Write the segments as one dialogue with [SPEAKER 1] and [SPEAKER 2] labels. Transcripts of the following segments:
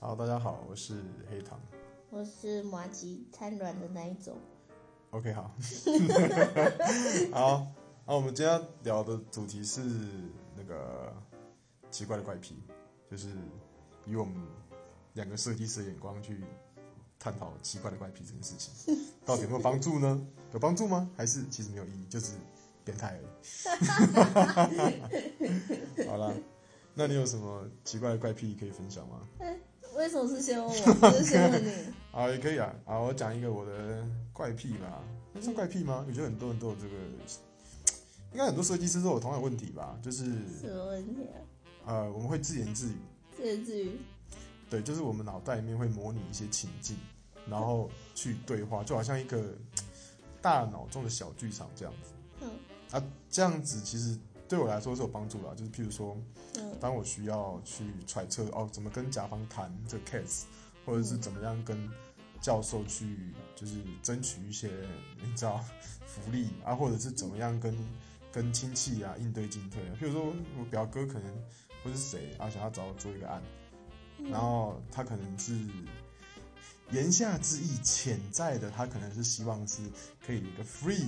[SPEAKER 1] Hello，大家好，我是黑糖。
[SPEAKER 2] 我是麻吉瘫软的那一种。
[SPEAKER 1] OK，好，好，那我们今天要聊的主题是那个奇怪的怪癖，就是以我们两个设计师的眼光去探讨奇怪的怪癖这件事情，到底有没有帮助呢？有帮助吗？还是其实没有意义，就是变态而已。 好啦，那你有什么奇怪的怪癖可以分享吗？
[SPEAKER 2] 为什么是先问 我，不是先问你？
[SPEAKER 1] 啊，也可以啊。啊，我讲一个我的怪癖吧，算怪癖吗？我觉得很多人都有这个，应该很多设计师都有同样的问题吧，就是
[SPEAKER 2] 什么问题啊？
[SPEAKER 1] 呃，我们会自言自语，
[SPEAKER 2] 自言自语。
[SPEAKER 1] 对，就是我们脑袋里面会模拟一些情境，然后去对话，就好像一个大脑中的小剧场这样子。
[SPEAKER 2] 嗯
[SPEAKER 1] 啊，这样子其实对我来说是有帮助啦，就是譬如说，
[SPEAKER 2] 嗯
[SPEAKER 1] 当我需要去揣测哦，怎么跟甲方谈这个
[SPEAKER 2] 嗯
[SPEAKER 1] case，或者是怎么样跟教授去就是争取一些你知道 福利啊，或者是怎么样跟跟亲戚啊应对进退啊。譬如说我表哥可能或是谁啊，想要找我做一个案，
[SPEAKER 2] 嗯
[SPEAKER 1] 然后他可能是。言下之意，潜在的他可能是希望是可以有一个 free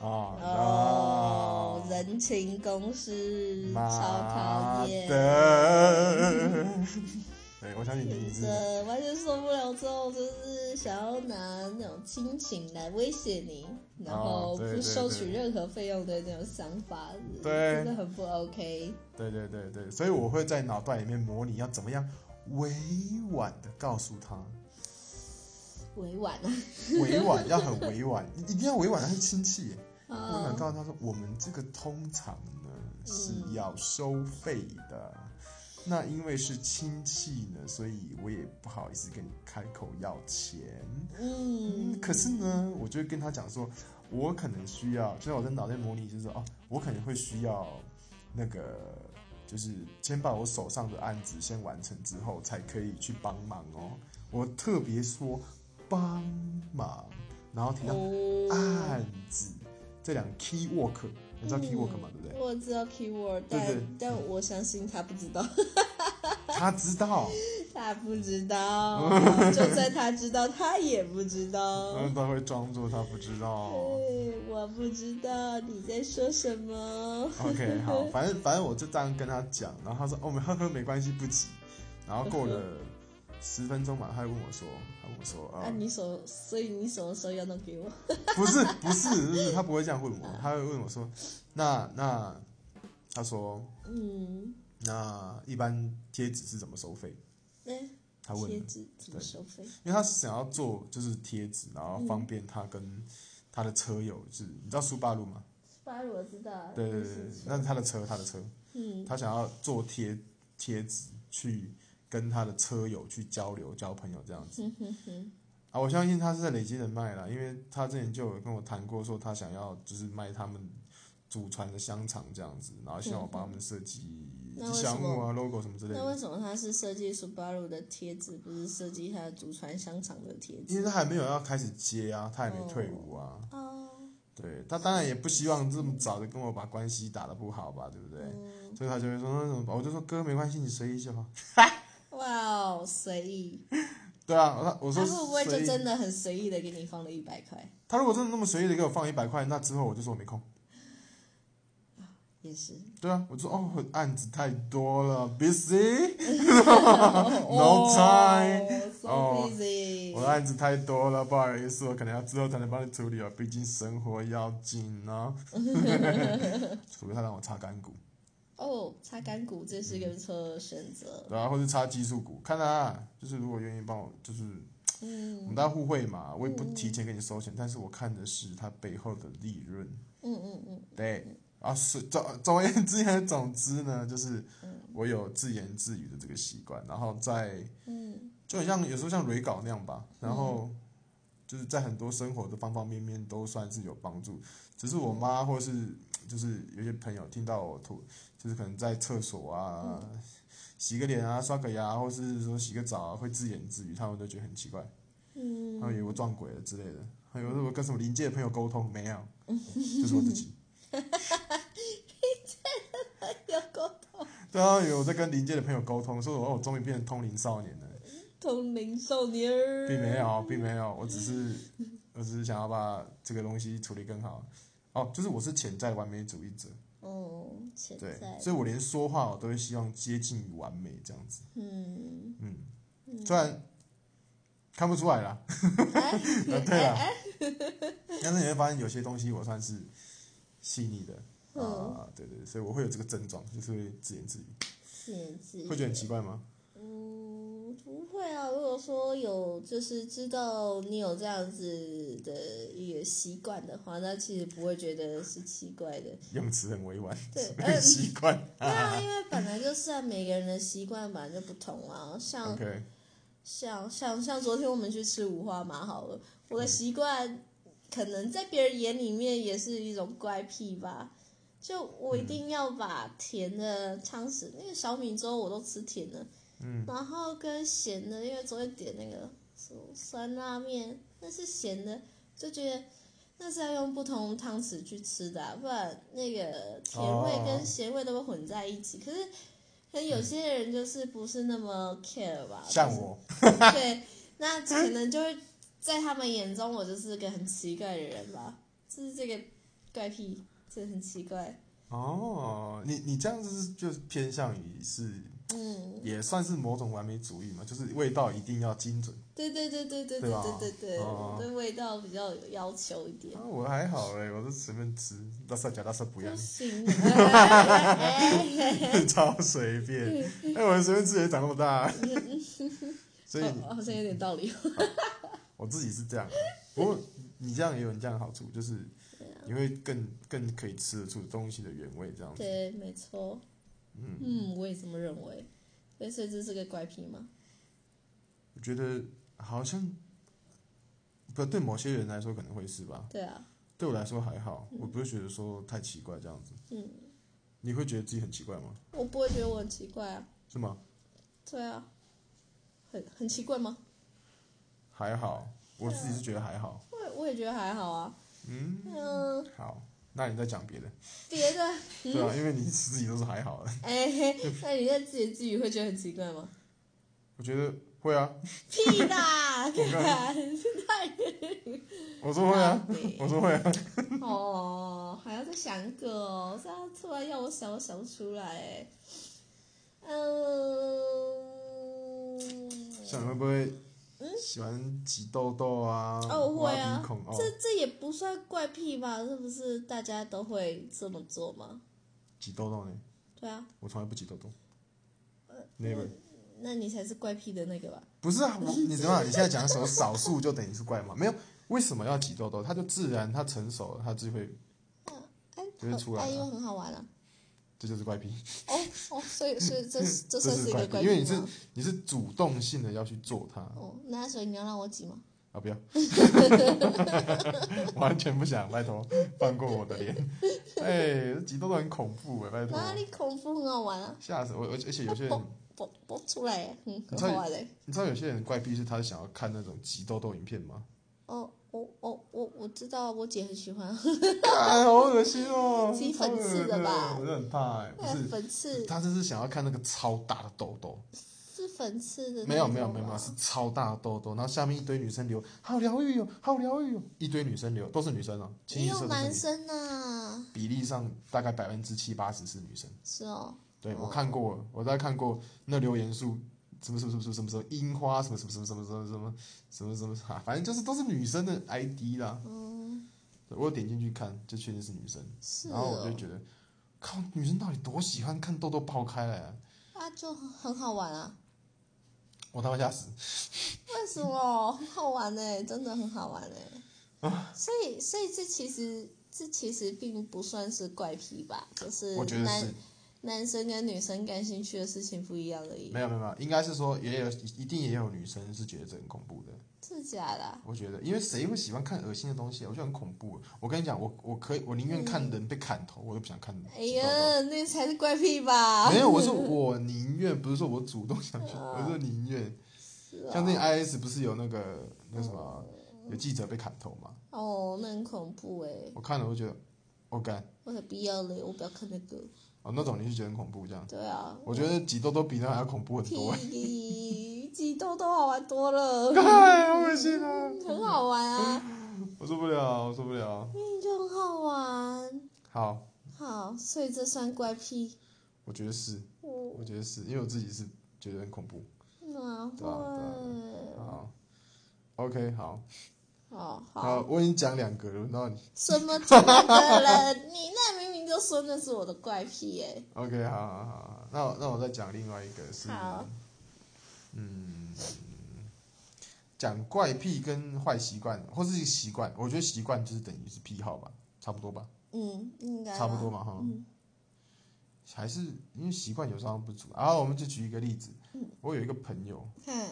[SPEAKER 1] 啊，然后
[SPEAKER 2] 哦，人情公司超
[SPEAKER 1] 妈
[SPEAKER 2] 讨厌。
[SPEAKER 1] 的！对，我相信你也是
[SPEAKER 2] 真。的完全受不了，之后就是想要拿那种亲情来威胁你，然后
[SPEAKER 1] 哦对
[SPEAKER 2] 不收取
[SPEAKER 1] 对对
[SPEAKER 2] 任何费用的那种想法，
[SPEAKER 1] 对
[SPEAKER 2] 真的很不 OK。
[SPEAKER 1] 对对对对，所以我会在脑袋里面模拟要怎么样委婉的告诉他，
[SPEAKER 2] 委婉啊，
[SPEAKER 1] 委婉要很委婉，一一定要委婉，他是亲戚耶，委婉
[SPEAKER 2] 啊
[SPEAKER 1] 地告诉他说，我们这个通常呢是
[SPEAKER 2] 嗯
[SPEAKER 1] 要收费的。那因为是亲戚呢，所以我也不好意思跟你开口要钱。嗯，
[SPEAKER 2] 嗯，
[SPEAKER 1] 可是呢，我就会跟他讲说，我可能需要，就是我在脑袋模拟，就是说哦，我可能会需要那个，就是先把我手上的案子先完成之后，才可以去帮忙哦。我特别说帮忙，然
[SPEAKER 2] 嗯
[SPEAKER 1] 后提到
[SPEAKER 2] 哦，
[SPEAKER 1] 案子、这两 key work，你知道 key work 吗？对不对？
[SPEAKER 2] 我知道 keyword，
[SPEAKER 1] 对对
[SPEAKER 2] 但但我相信他不 知道，
[SPEAKER 1] 他知道，
[SPEAKER 2] 他不知道， 就算他知道，他也不知道。
[SPEAKER 1] 嗯，他会装作他不知道。
[SPEAKER 2] 对，我不知道你在说什么。
[SPEAKER 1] OK，好，反正反正我就这样跟他讲，然后他说哦，我们喝喝 没关系，不急。然后过了十分钟嘛，他还问我说，他问我说，
[SPEAKER 2] 那、
[SPEAKER 1] 呃，
[SPEAKER 2] 啊你什么？所以你什么时候要弄给我？
[SPEAKER 1] 不是不是不是，他不会这样问我，他会问我说，那那他说
[SPEAKER 2] 嗯，
[SPEAKER 1] 那一般贴纸是怎么收费？
[SPEAKER 2] 那
[SPEAKER 1] 他问了，
[SPEAKER 2] 哎贴
[SPEAKER 1] 因
[SPEAKER 2] 纸怎么收费？
[SPEAKER 1] 为他是想要做就是贴纸，然后
[SPEAKER 2] 嗯
[SPEAKER 1] 方便他跟他的车友，就是你知道苏巴路吗？
[SPEAKER 2] 八我知道啊。
[SPEAKER 1] 对对
[SPEAKER 2] 就
[SPEAKER 1] 对，对
[SPEAKER 2] 是
[SPEAKER 1] 那是他的车，他的车。
[SPEAKER 2] 嗯，
[SPEAKER 1] 他想要做贴贴纸去跟他的车友去交流、交朋友这样
[SPEAKER 2] 嗯
[SPEAKER 1] 子。啊，我相信他是在累积人脉啦，因为他之前就有跟我谈过，说他想要就是卖他们祖传的香肠这样子，然后希望我帮他们设计
[SPEAKER 2] 那为什
[SPEAKER 1] 项目啊、logo 什么之类
[SPEAKER 2] 嗯那为
[SPEAKER 1] 的。
[SPEAKER 2] 什么他是设计 Subaru 的贴纸，不是设计他的祖传香肠的贴
[SPEAKER 1] 因为
[SPEAKER 2] 纸？
[SPEAKER 1] 他还没有要开始接啊，他还没退伍啊，
[SPEAKER 2] 哦，
[SPEAKER 1] 对他当然也不希望这么早就跟我把关系打得不好吧，对不对？
[SPEAKER 2] 嗯
[SPEAKER 1] 所以他就会说那怎么办？我就说哥没关系，你随意就好。
[SPEAKER 2] 哇哦，随意。
[SPEAKER 1] 对啊，我说我
[SPEAKER 2] 他
[SPEAKER 1] 说
[SPEAKER 2] 会不会
[SPEAKER 1] 随
[SPEAKER 2] 就
[SPEAKER 1] 意
[SPEAKER 2] 真的很随意的给你放了一百块？
[SPEAKER 1] 他如果真的那么随意的给我放一百块，那之后我就说我没空。
[SPEAKER 2] 也是。
[SPEAKER 1] 对啊，我就说哦，我案子太多了，busy，
[SPEAKER 2] No
[SPEAKER 1] time.
[SPEAKER 2] So
[SPEAKER 1] 哦
[SPEAKER 2] busy.
[SPEAKER 1] 我的案子太多了，不好意思，我可能要之后才能帮你处理哦，毕竟生活要紧哦。除非他让我擦干股，
[SPEAKER 2] 哦，擦干股这是一个不错的选择。
[SPEAKER 1] 对啊，或是擦技术股，看他、啊、就是如果愿意帮我，就是我
[SPEAKER 2] 嗯
[SPEAKER 1] 们大家互惠嘛，我也不提前给你收钱，但是我看的是他背后的利润。
[SPEAKER 2] 嗯嗯嗯，
[SPEAKER 1] 对，啊，是总总而言之言，总之呢，就是我有自言自语的这个习惯，然后在
[SPEAKER 2] 嗯，
[SPEAKER 1] 就很像有时候像蕊稿那样吧，然后就是在很多生活的方方面面都算是有帮助，只是我妈或是就是有些朋友听到我吐，就是可能在厕所啊。
[SPEAKER 2] 嗯
[SPEAKER 1] 洗个脸啊，刷个牙，或是说洗个澡啊，会自言自语，他们都觉得很奇怪，他们以为我撞鬼了之类的，还有我跟什么临界的朋友沟通没有，就是我自己。
[SPEAKER 2] 要沟通。
[SPEAKER 1] 对啊，有在跟临界的朋友沟通，说我哦，我终于变成通灵少年了。
[SPEAKER 2] 通灵少年儿，
[SPEAKER 1] 并没有，并没有，我只是，我只是想要把这个东西处理更好。哦，就是我是潜在完美主义者，
[SPEAKER 2] 哦，潜
[SPEAKER 1] 对，
[SPEAKER 2] 在，
[SPEAKER 1] 所以我连说话我都会希望接近于完美这样子。
[SPEAKER 2] 嗯，
[SPEAKER 1] 嗯，虽然看不出来啦，
[SPEAKER 2] 哎，
[SPEAKER 1] 啊对啦，但是你会发现有些东西我算是细腻的
[SPEAKER 2] 嗯
[SPEAKER 1] 啊，对对，所以我会有这个症状，就是会自言自语，
[SPEAKER 2] 自言自语
[SPEAKER 1] 会觉得很奇怪吗？
[SPEAKER 2] 嗯，不会啊。如果说有，就是知道你有这样子的一个习惯的话，那其实不会觉得是奇怪的。
[SPEAKER 1] 用词很委婉，
[SPEAKER 2] 对
[SPEAKER 1] 很奇怪。
[SPEAKER 2] 对啊，因为本来就是啊，每个人的习惯本来就不同啊。像
[SPEAKER 1] OK，
[SPEAKER 2] 像像像昨天我们去吃五花马好了，我的习惯可能在别人眼里面也是一种怪癖吧。就我
[SPEAKER 1] 嗯
[SPEAKER 2] 一定要把甜的汤匙，那个小米粥我都吃甜的，
[SPEAKER 1] 嗯，
[SPEAKER 2] 然后跟咸的，因为昨天点那个什么酸辣面，那是咸的，就觉得那是要用不同汤匙去吃的啊、不然那个甜味
[SPEAKER 1] 哦嗯
[SPEAKER 2] 跟咸味都会混在一起。可是，可能有些人就是不是那么 care 吧，
[SPEAKER 1] 像
[SPEAKER 2] 就是
[SPEAKER 1] 我，
[SPEAKER 2] 对，
[SPEAKER 1] 啊
[SPEAKER 2] 那可能就会在他们眼中，我就是个很奇怪的人吧，就是这个怪癖，真的很奇怪。
[SPEAKER 1] 哦，你你这样子是就是偏向于是
[SPEAKER 2] 嗯，
[SPEAKER 1] 也算是某种完美主义嘛，就是味道一定要精准。
[SPEAKER 2] 对对对对
[SPEAKER 1] 对
[SPEAKER 2] 对对
[SPEAKER 1] 吧
[SPEAKER 2] 对对对，
[SPEAKER 1] 哦
[SPEAKER 2] 我对味道比较有要求一点
[SPEAKER 1] 啊，。我还好嘞，我都随便吃，拉萨加拉萨不要
[SPEAKER 2] 不，行，哎
[SPEAKER 1] 超随便。哎、我随便吃也长那么大，所以你
[SPEAKER 2] 好好像有点道理。
[SPEAKER 1] 我自己是这样、啊。不过你这样也有你这样的好处，就是你会更更可以吃得出东西的原味这样子。
[SPEAKER 2] 对，没错。
[SPEAKER 1] 嗯，
[SPEAKER 2] 嗯，我也这么认为。所以，所以这是个怪癖吗？
[SPEAKER 1] 我觉得好像不对某些人来说可能会是吧，
[SPEAKER 2] 对啊，
[SPEAKER 1] 对我来说还好，我不会觉得说太奇怪这样子。
[SPEAKER 2] 嗯，
[SPEAKER 1] 你会觉得自己很奇怪吗？
[SPEAKER 2] 我不会觉得我很奇怪啊。
[SPEAKER 1] 是吗？
[SPEAKER 2] 对啊，很很奇怪吗？
[SPEAKER 1] 还好，我自己是觉得还好。
[SPEAKER 2] 我也我也觉得还好啊。
[SPEAKER 1] 嗯，
[SPEAKER 2] 嗯，
[SPEAKER 1] 好，那你再讲别的，
[SPEAKER 2] 别的，
[SPEAKER 1] 对啊，因为你自己都是还好的，
[SPEAKER 2] 哎、嘿，那你在自言自语会觉得很奇怪 吗？
[SPEAKER 1] 我觉得会啊，
[SPEAKER 2] 嗯屁 啦，
[SPEAKER 1] 我
[SPEAKER 2] 看，
[SPEAKER 1] 我说会啊，我说会
[SPEAKER 2] 嗯
[SPEAKER 1] 啊，
[SPEAKER 2] 哦，还要再想一个哦，这样突然要我想，我想不出来哎。嗯，
[SPEAKER 1] 像你会不会喜欢挤痘痘啊？
[SPEAKER 2] 哦会啊
[SPEAKER 1] 挖鼻孔哦，
[SPEAKER 2] 这这也不算怪癖吧？是不是大家都会这么做吗？
[SPEAKER 1] 挤痘痘呢？
[SPEAKER 2] 对啊，
[SPEAKER 1] 我从来不挤痘痘，never。
[SPEAKER 2] 呃嗯那你才是怪癖的那个吧？
[SPEAKER 1] 不是啊，我你知道你现在讲的少少数就等于是怪吗？没有，为什么要挤痘痘？它就自然，它成熟了，它就会，啊
[SPEAKER 2] 哎，
[SPEAKER 1] 就是出来
[SPEAKER 2] 哎，
[SPEAKER 1] 了
[SPEAKER 2] 因为很好玩啊。
[SPEAKER 1] 这就是怪癖。
[SPEAKER 2] 哦哦，所以所以这是这
[SPEAKER 1] 这
[SPEAKER 2] 算
[SPEAKER 1] 是
[SPEAKER 2] 是一个
[SPEAKER 1] 怪
[SPEAKER 2] 怪
[SPEAKER 1] 癖，
[SPEAKER 2] 癖
[SPEAKER 1] 因为你是
[SPEAKER 2] 吗
[SPEAKER 1] 你是主动性的要去做它
[SPEAKER 2] 哦，那所以你要让我挤吗？
[SPEAKER 1] 啊！不 要， 完全不想，拜托放过我的脸。哎，这挤痘痘很恐怖哎，拜托，
[SPEAKER 2] 哪里恐怖很好玩啊？
[SPEAKER 1] 吓死我！而而且有些人
[SPEAKER 2] 蹦，蹦蹦出来耶，嗯，
[SPEAKER 1] 你
[SPEAKER 2] 很
[SPEAKER 1] 知道
[SPEAKER 2] 好玩的。
[SPEAKER 1] 你知道有些人怪癖是他想要看那种挤痘痘影片吗？
[SPEAKER 2] 哦，我我我我知道，我姐很喜欢
[SPEAKER 1] 哎，好恶心 哦！
[SPEAKER 2] 挤粉刺的
[SPEAKER 1] 超
[SPEAKER 2] 吧
[SPEAKER 1] 恶我真的很怕哎，不
[SPEAKER 2] 哎
[SPEAKER 1] 是。
[SPEAKER 2] 粉刺，
[SPEAKER 1] 他就是想要看那个超大的痘痘，
[SPEAKER 2] 是粉刺的那种吗。啊
[SPEAKER 1] 没有没有没有没有，是超大的痘痘，然后下面一堆女生流，好疗愈哦，好疗愈哦，一堆女生流，都是女生哦，清
[SPEAKER 2] 也
[SPEAKER 1] 一
[SPEAKER 2] 有
[SPEAKER 1] 色都是女
[SPEAKER 2] 男
[SPEAKER 1] 生。
[SPEAKER 2] 生呐，
[SPEAKER 1] 比例上大概百分之七八十是女生。
[SPEAKER 2] 是哦，
[SPEAKER 1] 对
[SPEAKER 2] 哦
[SPEAKER 1] 我看过了，我大概看过那留言数，什么什么什么什么什么什么樱花，什么什么什么什么什么什么什么什么啥，反正就是都是女生的 ID 啦。
[SPEAKER 2] 嗯，
[SPEAKER 1] 对我有点进去看，就确定是女生，
[SPEAKER 2] 是
[SPEAKER 1] 然后我就
[SPEAKER 2] 哦，
[SPEAKER 1] 觉得，靠，女生到底多喜欢看痘痘爆开来啊！
[SPEAKER 2] 那就很很好玩啊。
[SPEAKER 1] 我他妈吓死！
[SPEAKER 2] 为什么？很好玩呢、真的很好玩呢、
[SPEAKER 1] 啊
[SPEAKER 2] 所以，所以这其实这其实并不算是怪癖吧，就是
[SPEAKER 1] 我觉得
[SPEAKER 2] 男
[SPEAKER 1] 是
[SPEAKER 2] 男生跟女生感兴趣的事情不一样而已
[SPEAKER 1] 没。有没有没有，应该是说也有一定也有女生是觉得这很恐怖的。
[SPEAKER 2] 是假的啊、
[SPEAKER 1] 我觉得，因为谁会喜欢看恶心的东西啊？我觉得很恐怖。我跟你讲，我我可以，我宁愿看人被砍头，我都不想看。
[SPEAKER 2] 哎呀，那才是怪癖吧？
[SPEAKER 1] 没有，我说我宁愿，不是说我主动想去，我说宁愿。
[SPEAKER 2] 是啊
[SPEAKER 1] 像那 IS 不是有那个那什么，有记者被砍头嘛？
[SPEAKER 2] 哦，那很恐怖哎、
[SPEAKER 1] 我看了，我觉得，我、干
[SPEAKER 2] 我才不要嘞，我不要看那个。
[SPEAKER 1] 哦，那种你就觉得很恐怖这样。
[SPEAKER 2] 对啊，
[SPEAKER 1] 我觉得挤痘痘比那还要恐怖很多。
[SPEAKER 2] 屁，挤痘痘好玩多了，
[SPEAKER 1] 哎，好恶心啊！
[SPEAKER 2] 很好玩啊，
[SPEAKER 1] 我受不了，我受不了。
[SPEAKER 2] 明明就很好玩。
[SPEAKER 1] 好，
[SPEAKER 2] 好，所以这算怪癖。
[SPEAKER 1] 我觉得是，
[SPEAKER 2] 我
[SPEAKER 1] 我觉得是因为我自己是觉得很恐怖。
[SPEAKER 2] 哪
[SPEAKER 1] 对啊
[SPEAKER 2] 会？
[SPEAKER 1] 好，OK，好，
[SPEAKER 2] 哦好
[SPEAKER 1] 好，
[SPEAKER 2] 好，
[SPEAKER 1] 我已经讲两个了，那你
[SPEAKER 2] 什么真的了？你那明明就说那是我的怪癖耶、
[SPEAKER 1] OK，好好好好，那我那我再讲另外一个是，
[SPEAKER 2] 好
[SPEAKER 1] 嗯，讲怪癖跟坏习惯，或是习惯，我觉得习惯就是等于是癖好吧，差不多吧，
[SPEAKER 2] 嗯，应该吧
[SPEAKER 1] 差不多嘛哈。
[SPEAKER 2] 嗯
[SPEAKER 1] 还是因为习惯有时候不足，然后我们就举一个例子，
[SPEAKER 2] 嗯
[SPEAKER 1] 我有一个朋友，
[SPEAKER 2] 看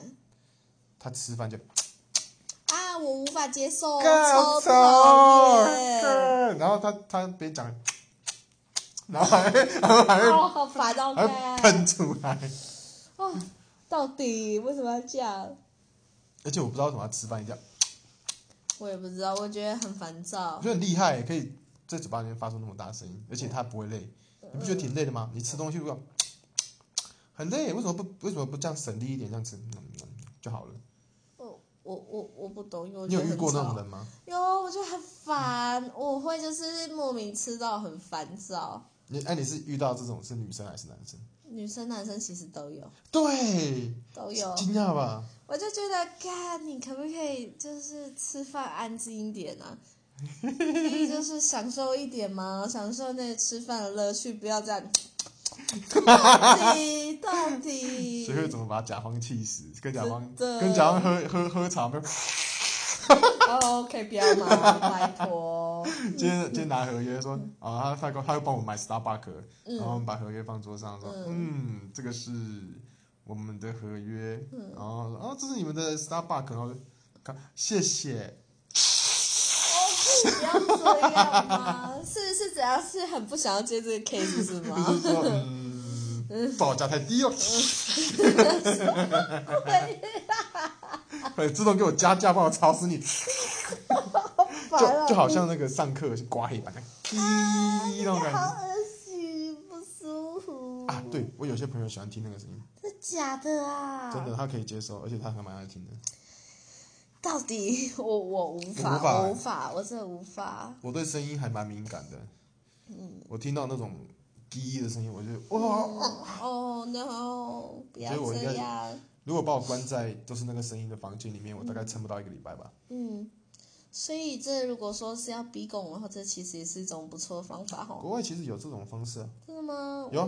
[SPEAKER 1] 他吃饭就
[SPEAKER 2] 啊，我无法接受，
[SPEAKER 1] 干
[SPEAKER 2] 超
[SPEAKER 1] 好吵
[SPEAKER 2] 讨
[SPEAKER 1] 哦，
[SPEAKER 2] 厌，
[SPEAKER 1] 干然后他他边讲，然后
[SPEAKER 2] 哎
[SPEAKER 1] 还会还会
[SPEAKER 2] 哦，好烦哦，
[SPEAKER 1] 还会喷出来，
[SPEAKER 2] 哦，到底为什么要这样？
[SPEAKER 1] 而且我不知道为什么他吃饭一定要，
[SPEAKER 2] 我也不知道，我觉得很烦
[SPEAKER 1] 我
[SPEAKER 2] 躁。
[SPEAKER 1] 觉得很厉害，可以在嘴巴里面发出那么大声音，而且他不会累，你不觉得挺累的吗？你吃东西如果很累，为什么不为什么不这样省力一点这样吃、嗯嗯就好了？
[SPEAKER 2] 我我我我不懂，因为我
[SPEAKER 1] 你
[SPEAKER 2] 觉
[SPEAKER 1] 有
[SPEAKER 2] 得
[SPEAKER 1] 遇过那
[SPEAKER 2] 很
[SPEAKER 1] 种
[SPEAKER 2] 吵
[SPEAKER 1] 人吗？
[SPEAKER 2] 有，我就很烦，我会就是莫名吃到很烦躁。
[SPEAKER 1] 你哎，你是遇到这种是女生还是男生？
[SPEAKER 2] 女生男生其实都有，
[SPEAKER 1] 对，
[SPEAKER 2] 都有。
[SPEAKER 1] 惊讶吧？
[SPEAKER 2] 我就觉得，干，你可不可以就是吃饭安静一点啊？可以就是享受一点吗？享受那吃饭的乐趣，不要这样。到底到底
[SPEAKER 1] 谁，会怎么把甲方气死？跟甲方
[SPEAKER 2] 嗯真的
[SPEAKER 1] 跟甲方喝喝喝茶没有？
[SPEAKER 2] 哦，可以不要吗？拜托。哦
[SPEAKER 1] 今天今天拿合约说啊，他他跟他又帮我买 Starbucks，然后我
[SPEAKER 2] 嗯
[SPEAKER 1] 们把合约放桌上说，嗯，这个是我们的合约，
[SPEAKER 2] 嗯
[SPEAKER 1] 然后说啊，这是你们的 Starbucks，然后就看谢谢，
[SPEAKER 2] 不要这样嘛！是是怎样？是很不想要接这个 case 是
[SPEAKER 1] 就
[SPEAKER 2] 吗
[SPEAKER 1] 是？说嗯，报价太 低哦，对，自动给我加价，帮我吵死你，
[SPEAKER 2] 烦
[SPEAKER 1] 就
[SPEAKER 2] 了啊
[SPEAKER 1] 就好像那个上课是刮黑板的，那种感觉
[SPEAKER 2] 好恶心，不舒服。
[SPEAKER 1] 啊，对我有些朋友喜欢听那个声音。
[SPEAKER 2] 真的假的啊？
[SPEAKER 1] 真的，他可以接受，而且他还蛮爱听的。
[SPEAKER 2] 到底 我我无法，
[SPEAKER 1] 无法
[SPEAKER 2] 我无法，我真的无法。
[SPEAKER 1] 我对声音还蛮敏感的，嗯，我听到那种滴的声音，我就哇！
[SPEAKER 2] 哦、no！不要
[SPEAKER 1] 所以我应
[SPEAKER 2] 这
[SPEAKER 1] 该
[SPEAKER 2] 样。
[SPEAKER 1] 如果把我关在都是那个声音的房间里面，我大概撑不到一个礼拜吧。
[SPEAKER 2] 嗯，所以这如果说是要逼供的话，这其实也是一种不错的方法哦。
[SPEAKER 1] 国外其实有这种方式啊，
[SPEAKER 2] 真的吗？
[SPEAKER 1] 有啊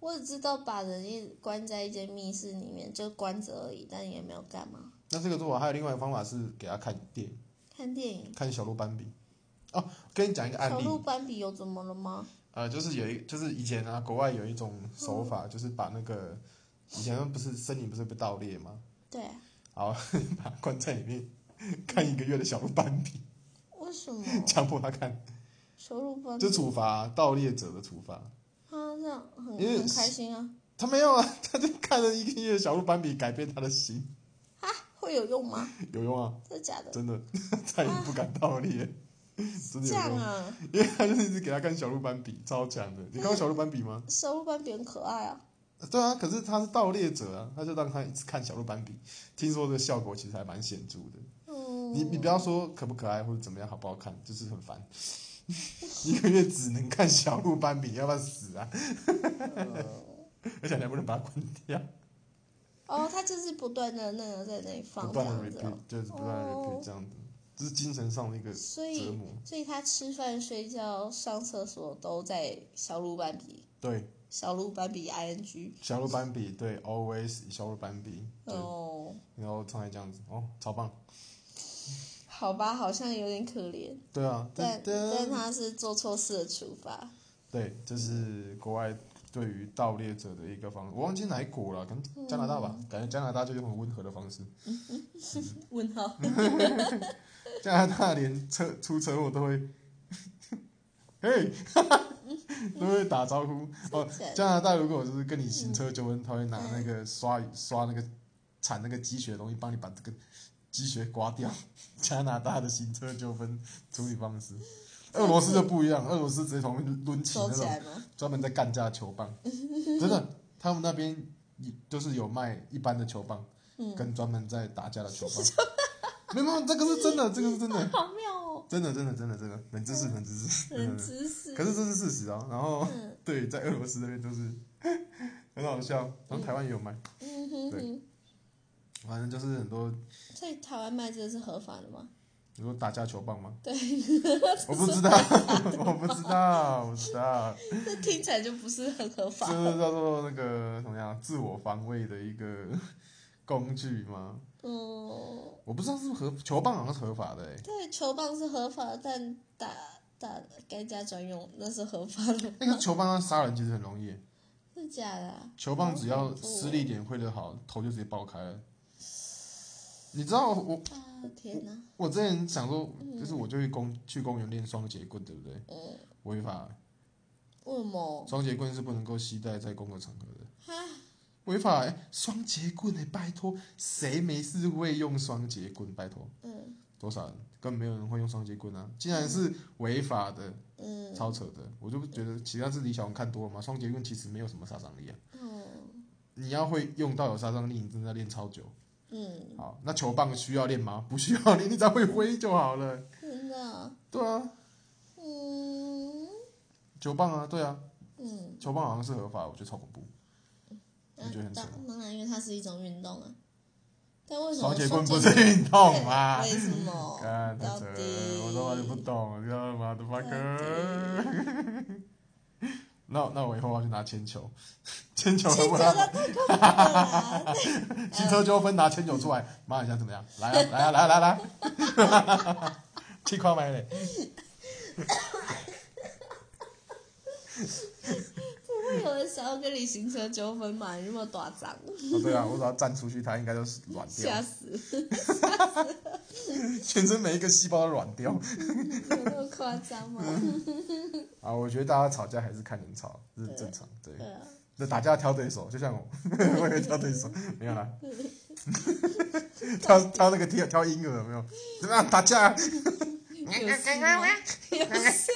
[SPEAKER 2] 我。我只知道把人一关在一间密室里面，就关着而已，但也没有干嘛。
[SPEAKER 1] 那这个做法还有另外一个方法是给他看电影，
[SPEAKER 2] 看电影。
[SPEAKER 1] 看小鹿斑比。哦，跟你讲一个案
[SPEAKER 2] 小
[SPEAKER 1] 例，
[SPEAKER 2] 鹿斑比又怎么了吗？
[SPEAKER 1] 呃，就是有一，就是以前啊，国外有一种手法，就是把那个以前不是森林不是被盗猎吗？
[SPEAKER 2] 对啊，
[SPEAKER 1] 好，把它 关在里面看一个月的小鹿斑比，
[SPEAKER 2] 为什 么？
[SPEAKER 1] 强迫他看。
[SPEAKER 2] 小鹿斑比
[SPEAKER 1] 就处罚盗猎者的处罚。
[SPEAKER 2] 啊，这样很
[SPEAKER 1] 因为
[SPEAKER 2] 很开心啊，
[SPEAKER 1] 他没有啊， 他就看了一个月的小鹿斑比改变他的心，
[SPEAKER 2] 会有用吗？
[SPEAKER 1] 有用啊，
[SPEAKER 2] 真的假的？
[SPEAKER 1] 真的， 再也不敢盗猎，真的
[SPEAKER 2] 这
[SPEAKER 1] 有
[SPEAKER 2] 样
[SPEAKER 1] 用。
[SPEAKER 2] 啊，
[SPEAKER 1] 因为他就是一直给他看小鹿斑比，超强的。你看过小鹿斑比 吗？
[SPEAKER 2] 小鹿斑比很可爱啊。
[SPEAKER 1] 对啊，可是他是盗猎者啊，他就让他一直看小鹿斑比。听说这个效果其实还蛮显著的。
[SPEAKER 2] 嗯，
[SPEAKER 1] 你你不要说可不可爱或者怎么样好不好看，就是很烦。 一个月只能看小鹿斑比，要不要死啊？ 而且你还不能把它关掉。
[SPEAKER 2] 哦，它就是不断的那个在那里
[SPEAKER 1] 不
[SPEAKER 2] 放这
[SPEAKER 1] 断的
[SPEAKER 2] 样子哦
[SPEAKER 1] repeat，就是不断的 repeat
[SPEAKER 2] 哦
[SPEAKER 1] 这样子，这是精神上的一个
[SPEAKER 2] 所
[SPEAKER 1] 折
[SPEAKER 2] 以
[SPEAKER 1] 磨。
[SPEAKER 2] 所以它吃饭、睡觉、上厕所都在小鹿斑比，
[SPEAKER 1] 对，
[SPEAKER 2] 小鹿斑比 ing
[SPEAKER 1] 小鹿斑比，对，always 小鹿斑比，对，
[SPEAKER 2] 哦，
[SPEAKER 1] 然后唱来这样子，哦，超棒。
[SPEAKER 2] 好吧，好像有点可怜，
[SPEAKER 1] 对啊，
[SPEAKER 2] 但但
[SPEAKER 1] 噔噔
[SPEAKER 2] 它是做错事的处罚。
[SPEAKER 1] 对，这是国外对于盗猎者的一个方，我忘记哪一国了，可能加拿大吧，感觉加拿大就用很温和的方式，
[SPEAKER 2] 问号。
[SPEAKER 1] 加拿大连车出车祸都会。 嘿， 都会打招呼哦。加拿大如果就是跟你行车纠纷，他会拿那
[SPEAKER 2] 嗯
[SPEAKER 1] 个刷刷那个铲那个积雪的东西，帮你把这个积雪刮掉。加拿大的行车纠纷处理方式，俄罗斯就不一样，俄罗斯直接从抡起
[SPEAKER 2] 收
[SPEAKER 1] 那
[SPEAKER 2] 起
[SPEAKER 1] 种
[SPEAKER 2] 来吗？
[SPEAKER 1] 专门在 干架的球棒，真的，他们那边就是有卖一般的球棒，
[SPEAKER 2] 嗯
[SPEAKER 1] 跟专门在打架的球棒。没有没有，这个是真的，这个是真的，
[SPEAKER 2] 好妙哦，
[SPEAKER 1] 真的真的真的真的冷知识冷知识。
[SPEAKER 2] 冷知识。
[SPEAKER 1] 嗯可是这是事实啊。然后
[SPEAKER 2] 嗯
[SPEAKER 1] 对，在俄罗斯那边就是 很好笑，然后台湾也有卖，
[SPEAKER 2] 嗯哼哼，
[SPEAKER 1] 反正就是很多
[SPEAKER 2] 在台湾卖这个是合法的吗？
[SPEAKER 1] 你说打架球棒吗？对，我不知道， 我不知道，我不知道，
[SPEAKER 2] 这听起来就不是很合
[SPEAKER 1] 这
[SPEAKER 2] 法。
[SPEAKER 1] 是叫做那个什么呀，自我防卫的一个 工具吗？
[SPEAKER 2] 嗯，
[SPEAKER 1] 我不知道是不是合球棒好像是合法的欸
[SPEAKER 2] 对，球棒是合法，但打打该家专用那是合法的，
[SPEAKER 1] 那个球棒它杀人其实很容易，
[SPEAKER 2] 是假的、啊。
[SPEAKER 1] 球棒只要
[SPEAKER 2] 好恐怖哦
[SPEAKER 1] 施力点挥得好，头就直接爆开了。你知道我
[SPEAKER 2] 啊天哪！
[SPEAKER 1] 我之前想说，就是我就去公去公园练双节棍，对不对？
[SPEAKER 2] 嗯，
[SPEAKER 1] 违法，
[SPEAKER 2] 为什么？
[SPEAKER 1] 双节棍是不能够携带在公共场合的。
[SPEAKER 2] 哈，
[SPEAKER 1] 违法、欸！双节棍哎、拜托，谁没事会用双节棍？拜托，
[SPEAKER 2] 嗯
[SPEAKER 1] 多少人根本没有人会用双节棍啊！既然是违法的，
[SPEAKER 2] 嗯
[SPEAKER 1] 超扯的，我就觉得其他是李小龙看多了嘛。双节棍其实没有什么杀伤力啊，
[SPEAKER 2] 嗯
[SPEAKER 1] 你要会用到有杀伤力，你真的要练超久。
[SPEAKER 2] 嗯，
[SPEAKER 1] 好，那球棒需要练吗？不需要练，你只要会挥就好了。
[SPEAKER 2] 真的啊，
[SPEAKER 1] 对啊，
[SPEAKER 2] 嗯
[SPEAKER 1] 球棒啊，对啊，
[SPEAKER 2] 嗯，
[SPEAKER 1] 球棒好像是合法，我觉得超恐怖。我觉得
[SPEAKER 2] 那
[SPEAKER 1] 很扯
[SPEAKER 2] 当当然，因为它是一种运动啊。但为什么
[SPEAKER 1] 双节棍不
[SPEAKER 2] 双
[SPEAKER 1] 是
[SPEAKER 2] 节
[SPEAKER 1] 运动啊吗？
[SPEAKER 2] 为什 么？
[SPEAKER 1] 看，太
[SPEAKER 2] 到
[SPEAKER 1] 扯了
[SPEAKER 2] 底，
[SPEAKER 1] 我他妈就不懂，啊你知道吗？他妈
[SPEAKER 2] 到
[SPEAKER 1] 个。 那那我以后要去拿铅球， 铅球
[SPEAKER 2] 汽
[SPEAKER 1] 如
[SPEAKER 2] 车
[SPEAKER 1] 果
[SPEAKER 2] 的
[SPEAKER 1] 拿
[SPEAKER 2] 太恐怖了啦，
[SPEAKER 1] 汽车纠纷拿铅球出来，妈你想怎么样？来啊来啊来啊来啊啊来啊，气垮没 嘞！
[SPEAKER 2] 不会有人想要跟你行车纠纷嘛？你那么大张，
[SPEAKER 1] 哦对啊，我只要站出去，它应该就是软
[SPEAKER 2] 吓
[SPEAKER 1] 掉，
[SPEAKER 2] 死！
[SPEAKER 1] 全身每一个细胞都软掉。
[SPEAKER 2] 有那么夸张吗？
[SPEAKER 1] 啊，我觉得大家吵架还是看人吵，这是正常。对，
[SPEAKER 2] 对啊，
[SPEAKER 1] 那打架挑对手，就像我， 我也会挑对手，没 有啦， 挑挑那个挑挑婴儿有没有？ 怎么样打架？啊
[SPEAKER 2] 有事吗？有事？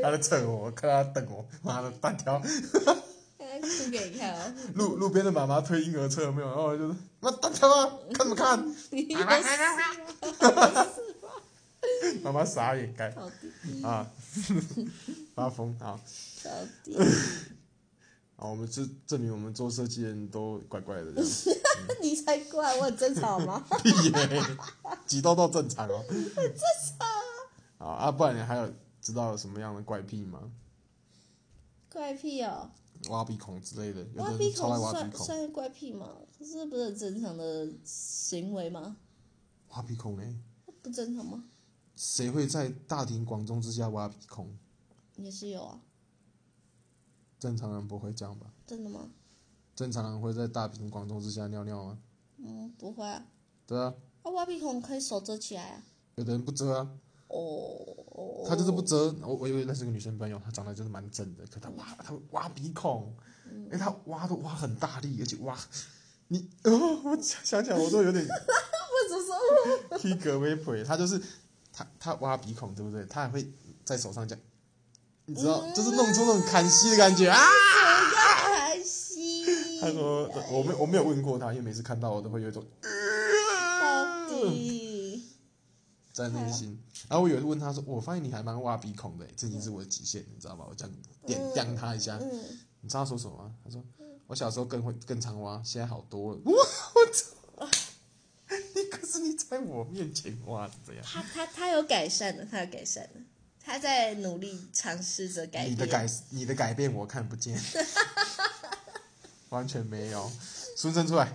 [SPEAKER 1] 他在蹭我，我看他瞪我，妈的单挑。
[SPEAKER 2] 哎哭给你看哦！
[SPEAKER 1] 路路边的妈妈推婴儿车有没有？然后我就是妈单挑啊，
[SPEAKER 2] 嗯
[SPEAKER 1] 看什么 看？
[SPEAKER 2] 你有事？
[SPEAKER 1] 妈妈傻眼该
[SPEAKER 2] 到底
[SPEAKER 1] 啊， 发疯啊！
[SPEAKER 2] 到底？
[SPEAKER 1] 啊，我们就证明我们做设计的人都怪怪的这样，
[SPEAKER 2] 你才怪，我很正常吗？
[SPEAKER 1] 屁耶、挤痘痘正常哦，很正常啊。啊，不然你还有知道有什么样的怪癖吗？
[SPEAKER 2] 怪癖哦，
[SPEAKER 1] 挖鼻孔之类的，有
[SPEAKER 2] 挖
[SPEAKER 1] 的
[SPEAKER 2] 鼻
[SPEAKER 1] 人超
[SPEAKER 2] 孔
[SPEAKER 1] 爱
[SPEAKER 2] 是
[SPEAKER 1] 挖鼻
[SPEAKER 2] 算
[SPEAKER 1] 孔，
[SPEAKER 2] 算是怪癖吗？可是不是很正常的行为吗？
[SPEAKER 1] 挖鼻孔呢、
[SPEAKER 2] 不正常吗？
[SPEAKER 1] 谁会在大庭广众之下挖鼻孔？
[SPEAKER 2] 也是有啊，
[SPEAKER 1] 正常人不会这样吧？
[SPEAKER 2] 真的吗？
[SPEAKER 1] 正常人会在大庭广众之下尿尿吗？
[SPEAKER 2] 嗯，不会啊。
[SPEAKER 1] 对啊，
[SPEAKER 2] 啊，挖鼻孔可以手遮起来啊。
[SPEAKER 1] 有的人不遮啊，
[SPEAKER 2] 哦，
[SPEAKER 1] 他就是不遮。我我有认识个女生朋友，她长得真的蛮正的，可她挖，她会挖鼻孔，哎、她挖都挖很大力，而且挖，你哦，我想想起来我都有点
[SPEAKER 2] 为什么？
[SPEAKER 1] 踢格微腿。她就是她她挖鼻孔对不对？她还会在手上这样，你知道，就是弄出那种砍戏的感觉啊。
[SPEAKER 2] 开心。
[SPEAKER 1] 她说我没我没有问过她，因为每次看到我都会有一种
[SPEAKER 2] 到底
[SPEAKER 1] 在内心。
[SPEAKER 2] 啊
[SPEAKER 1] 然后我有一次问他说：“我发现你还蛮挖鼻孔的欸，这已经是我的极限，你知道吗？”我这样点
[SPEAKER 2] 嗯
[SPEAKER 1] 亮他一下，
[SPEAKER 2] 嗯，
[SPEAKER 1] 你知道他说什么吗？他说：“我小时候更会更常挖，现在好多了。”哇， 我操！你可是你在我面前挖是怎样？
[SPEAKER 2] 他他他有改善的，他有改善的，他在努力尝试着改变。
[SPEAKER 1] 你的改你的改变我看不 见，完全没有。孙生出来，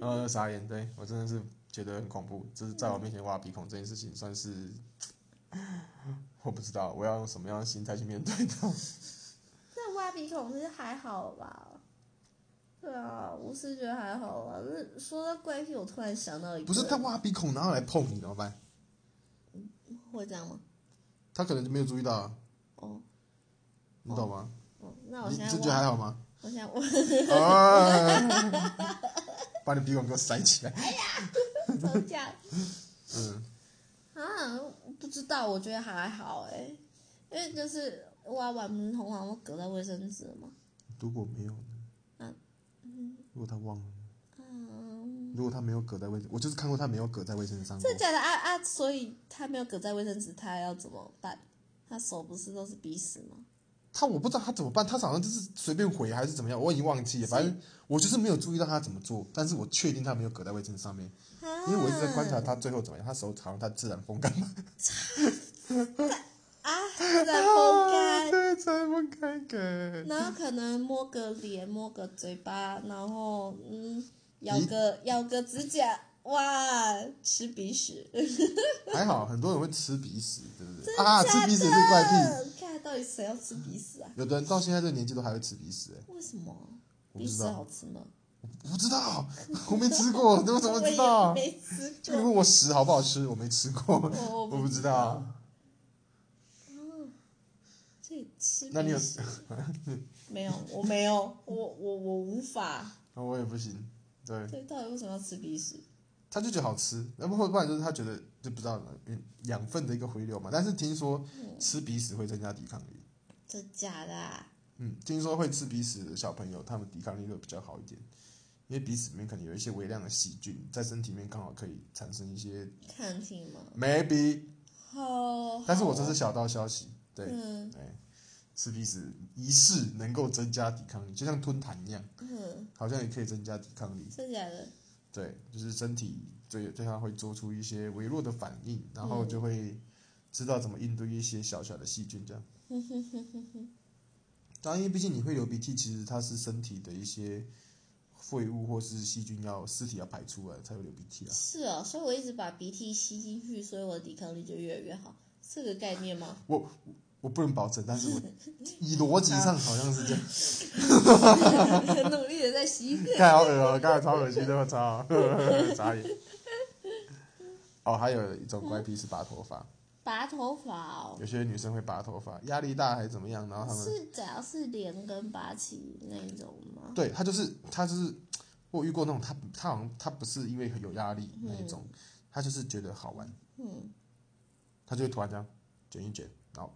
[SPEAKER 1] 呃，傻眼，对我真的是觉得很恐怖，就是在我面前挖鼻孔这件事情，算是我不知道我要用什么样的心态去面对它。
[SPEAKER 2] 那挖鼻孔是还好吧？对啊，我是觉得还好啊。那说到怪癖，我突然想到一个，
[SPEAKER 1] 不是他挖鼻孔然后来碰你怎么办？
[SPEAKER 2] 会这样吗？
[SPEAKER 1] 他可能就没有注意到啊，
[SPEAKER 2] 哦，
[SPEAKER 1] 你懂吗？
[SPEAKER 2] 哦，那我
[SPEAKER 1] 你
[SPEAKER 2] 现
[SPEAKER 1] 这
[SPEAKER 2] 在
[SPEAKER 1] 觉得还
[SPEAKER 2] 挖，
[SPEAKER 1] 好吗？
[SPEAKER 2] 我现在挖，
[SPEAKER 1] 啊！ 把你鼻孔给我塞起来。
[SPEAKER 2] 怎么这样？
[SPEAKER 1] 嗯，
[SPEAKER 2] 啊，不知道，我觉得还好哎、因为就是挖完不是通常会隔在卫生纸吗？
[SPEAKER 1] 如果没有呢？
[SPEAKER 2] 嗯，
[SPEAKER 1] 如果他忘了呢，
[SPEAKER 2] 嗯，
[SPEAKER 1] 如果他没有搁在卫生，我就是看过他没有搁在卫生上过
[SPEAKER 2] 真的。假的啊啊！所以他没有搁在卫生纸，他要怎么办？他手不是都是鼻屎吗？
[SPEAKER 1] 他我不知道他怎么办，他好像就是随便回还是怎么样，我已经忘记了。反正我就是没有注意到他怎么做，但是我确定他没有搁在卫生上面，
[SPEAKER 2] 啊
[SPEAKER 1] 因为我一直在观察他最后怎么样。他手好像他自然风干嘛，
[SPEAKER 2] 啊，在风干，
[SPEAKER 1] 对，自然风干给。
[SPEAKER 2] 然后可能摸个脸，摸个嘴巴，然后嗯，咬个咬个指甲，哇，吃鼻屎，
[SPEAKER 1] 还好很多人会吃鼻屎，对不对？啊，吃鼻屎是怪癖，
[SPEAKER 2] 看到底谁要吃鼻屎啊？
[SPEAKER 1] 有的人到现在这个年纪都还会吃鼻屎、欸，
[SPEAKER 2] 为什么？
[SPEAKER 1] 我不
[SPEAKER 2] 鼻
[SPEAKER 1] 知
[SPEAKER 2] 屎哦
[SPEAKER 1] 道
[SPEAKER 2] 好吃吗？
[SPEAKER 1] 我不知道，我没吃过，我怎么知
[SPEAKER 2] 我
[SPEAKER 1] 道？啊
[SPEAKER 2] 也 没吃
[SPEAKER 1] 这个
[SPEAKER 2] 过，
[SPEAKER 1] 问我屎好不好吃，我没吃过，
[SPEAKER 2] 我
[SPEAKER 1] 我不知道。。
[SPEAKER 2] 这里吃
[SPEAKER 1] 那你有
[SPEAKER 2] 鼻屎？没有，我没有，我我我无法。
[SPEAKER 1] 那我也不行，对。
[SPEAKER 2] 对，到底为什么要吃鼻屎？
[SPEAKER 1] 他就觉得好吃，那不不然就是他觉得就不知道嗯养分的一个回流嘛。但是听说吃鼻屎会增加抵抗力，
[SPEAKER 2] 这假的、啊？
[SPEAKER 1] 嗯，听说会吃鼻屎的小朋友，他们抵抗力会比较好一点，因为鼻屎里面可能有一些微量的细菌，在身体里面刚好可以产生一些
[SPEAKER 2] 看听吗？
[SPEAKER 1] maybe。
[SPEAKER 2] 好。啊
[SPEAKER 1] 但是我这是小道消息，对，
[SPEAKER 2] 嗯
[SPEAKER 1] 哎，吃鼻屎疑似能够增加抵抗力，就像吞痰一样，
[SPEAKER 2] 嗯，
[SPEAKER 1] 好像也可以增加抵抗力。
[SPEAKER 2] 真假的？
[SPEAKER 1] 对，就是身体对对它会做出一些微弱的反应，然后就会知道怎么应对一些小小的细菌这样。当然，因为毕竟你会流鼻涕，其实它是身体的一些废物或是细菌要尸体要排出来才会流鼻涕啊。
[SPEAKER 2] 是哦，所以我一直把鼻涕吸进去，所以我的抵抗力就越来越好，是这个概念吗？
[SPEAKER 1] 我不能保证，但是我以逻辑上好像是这样。
[SPEAKER 2] 很努力的在吸。
[SPEAKER 1] 太好恶哦、刚才超恶心的，我操，眨眼。 哦，还有一种怪癖是拔头发，
[SPEAKER 2] 拔头发哦，
[SPEAKER 1] 有些女生会拔头发，压力大还是怎么样，然后她们
[SPEAKER 2] 是只要是连根拔起那一种吗？
[SPEAKER 1] 对他就是他就是我有遇过那种他他好像他不是因为很有压力那一种，他就是觉得好玩，
[SPEAKER 2] 嗯，
[SPEAKER 1] 他就会突然这样卷一卷，然后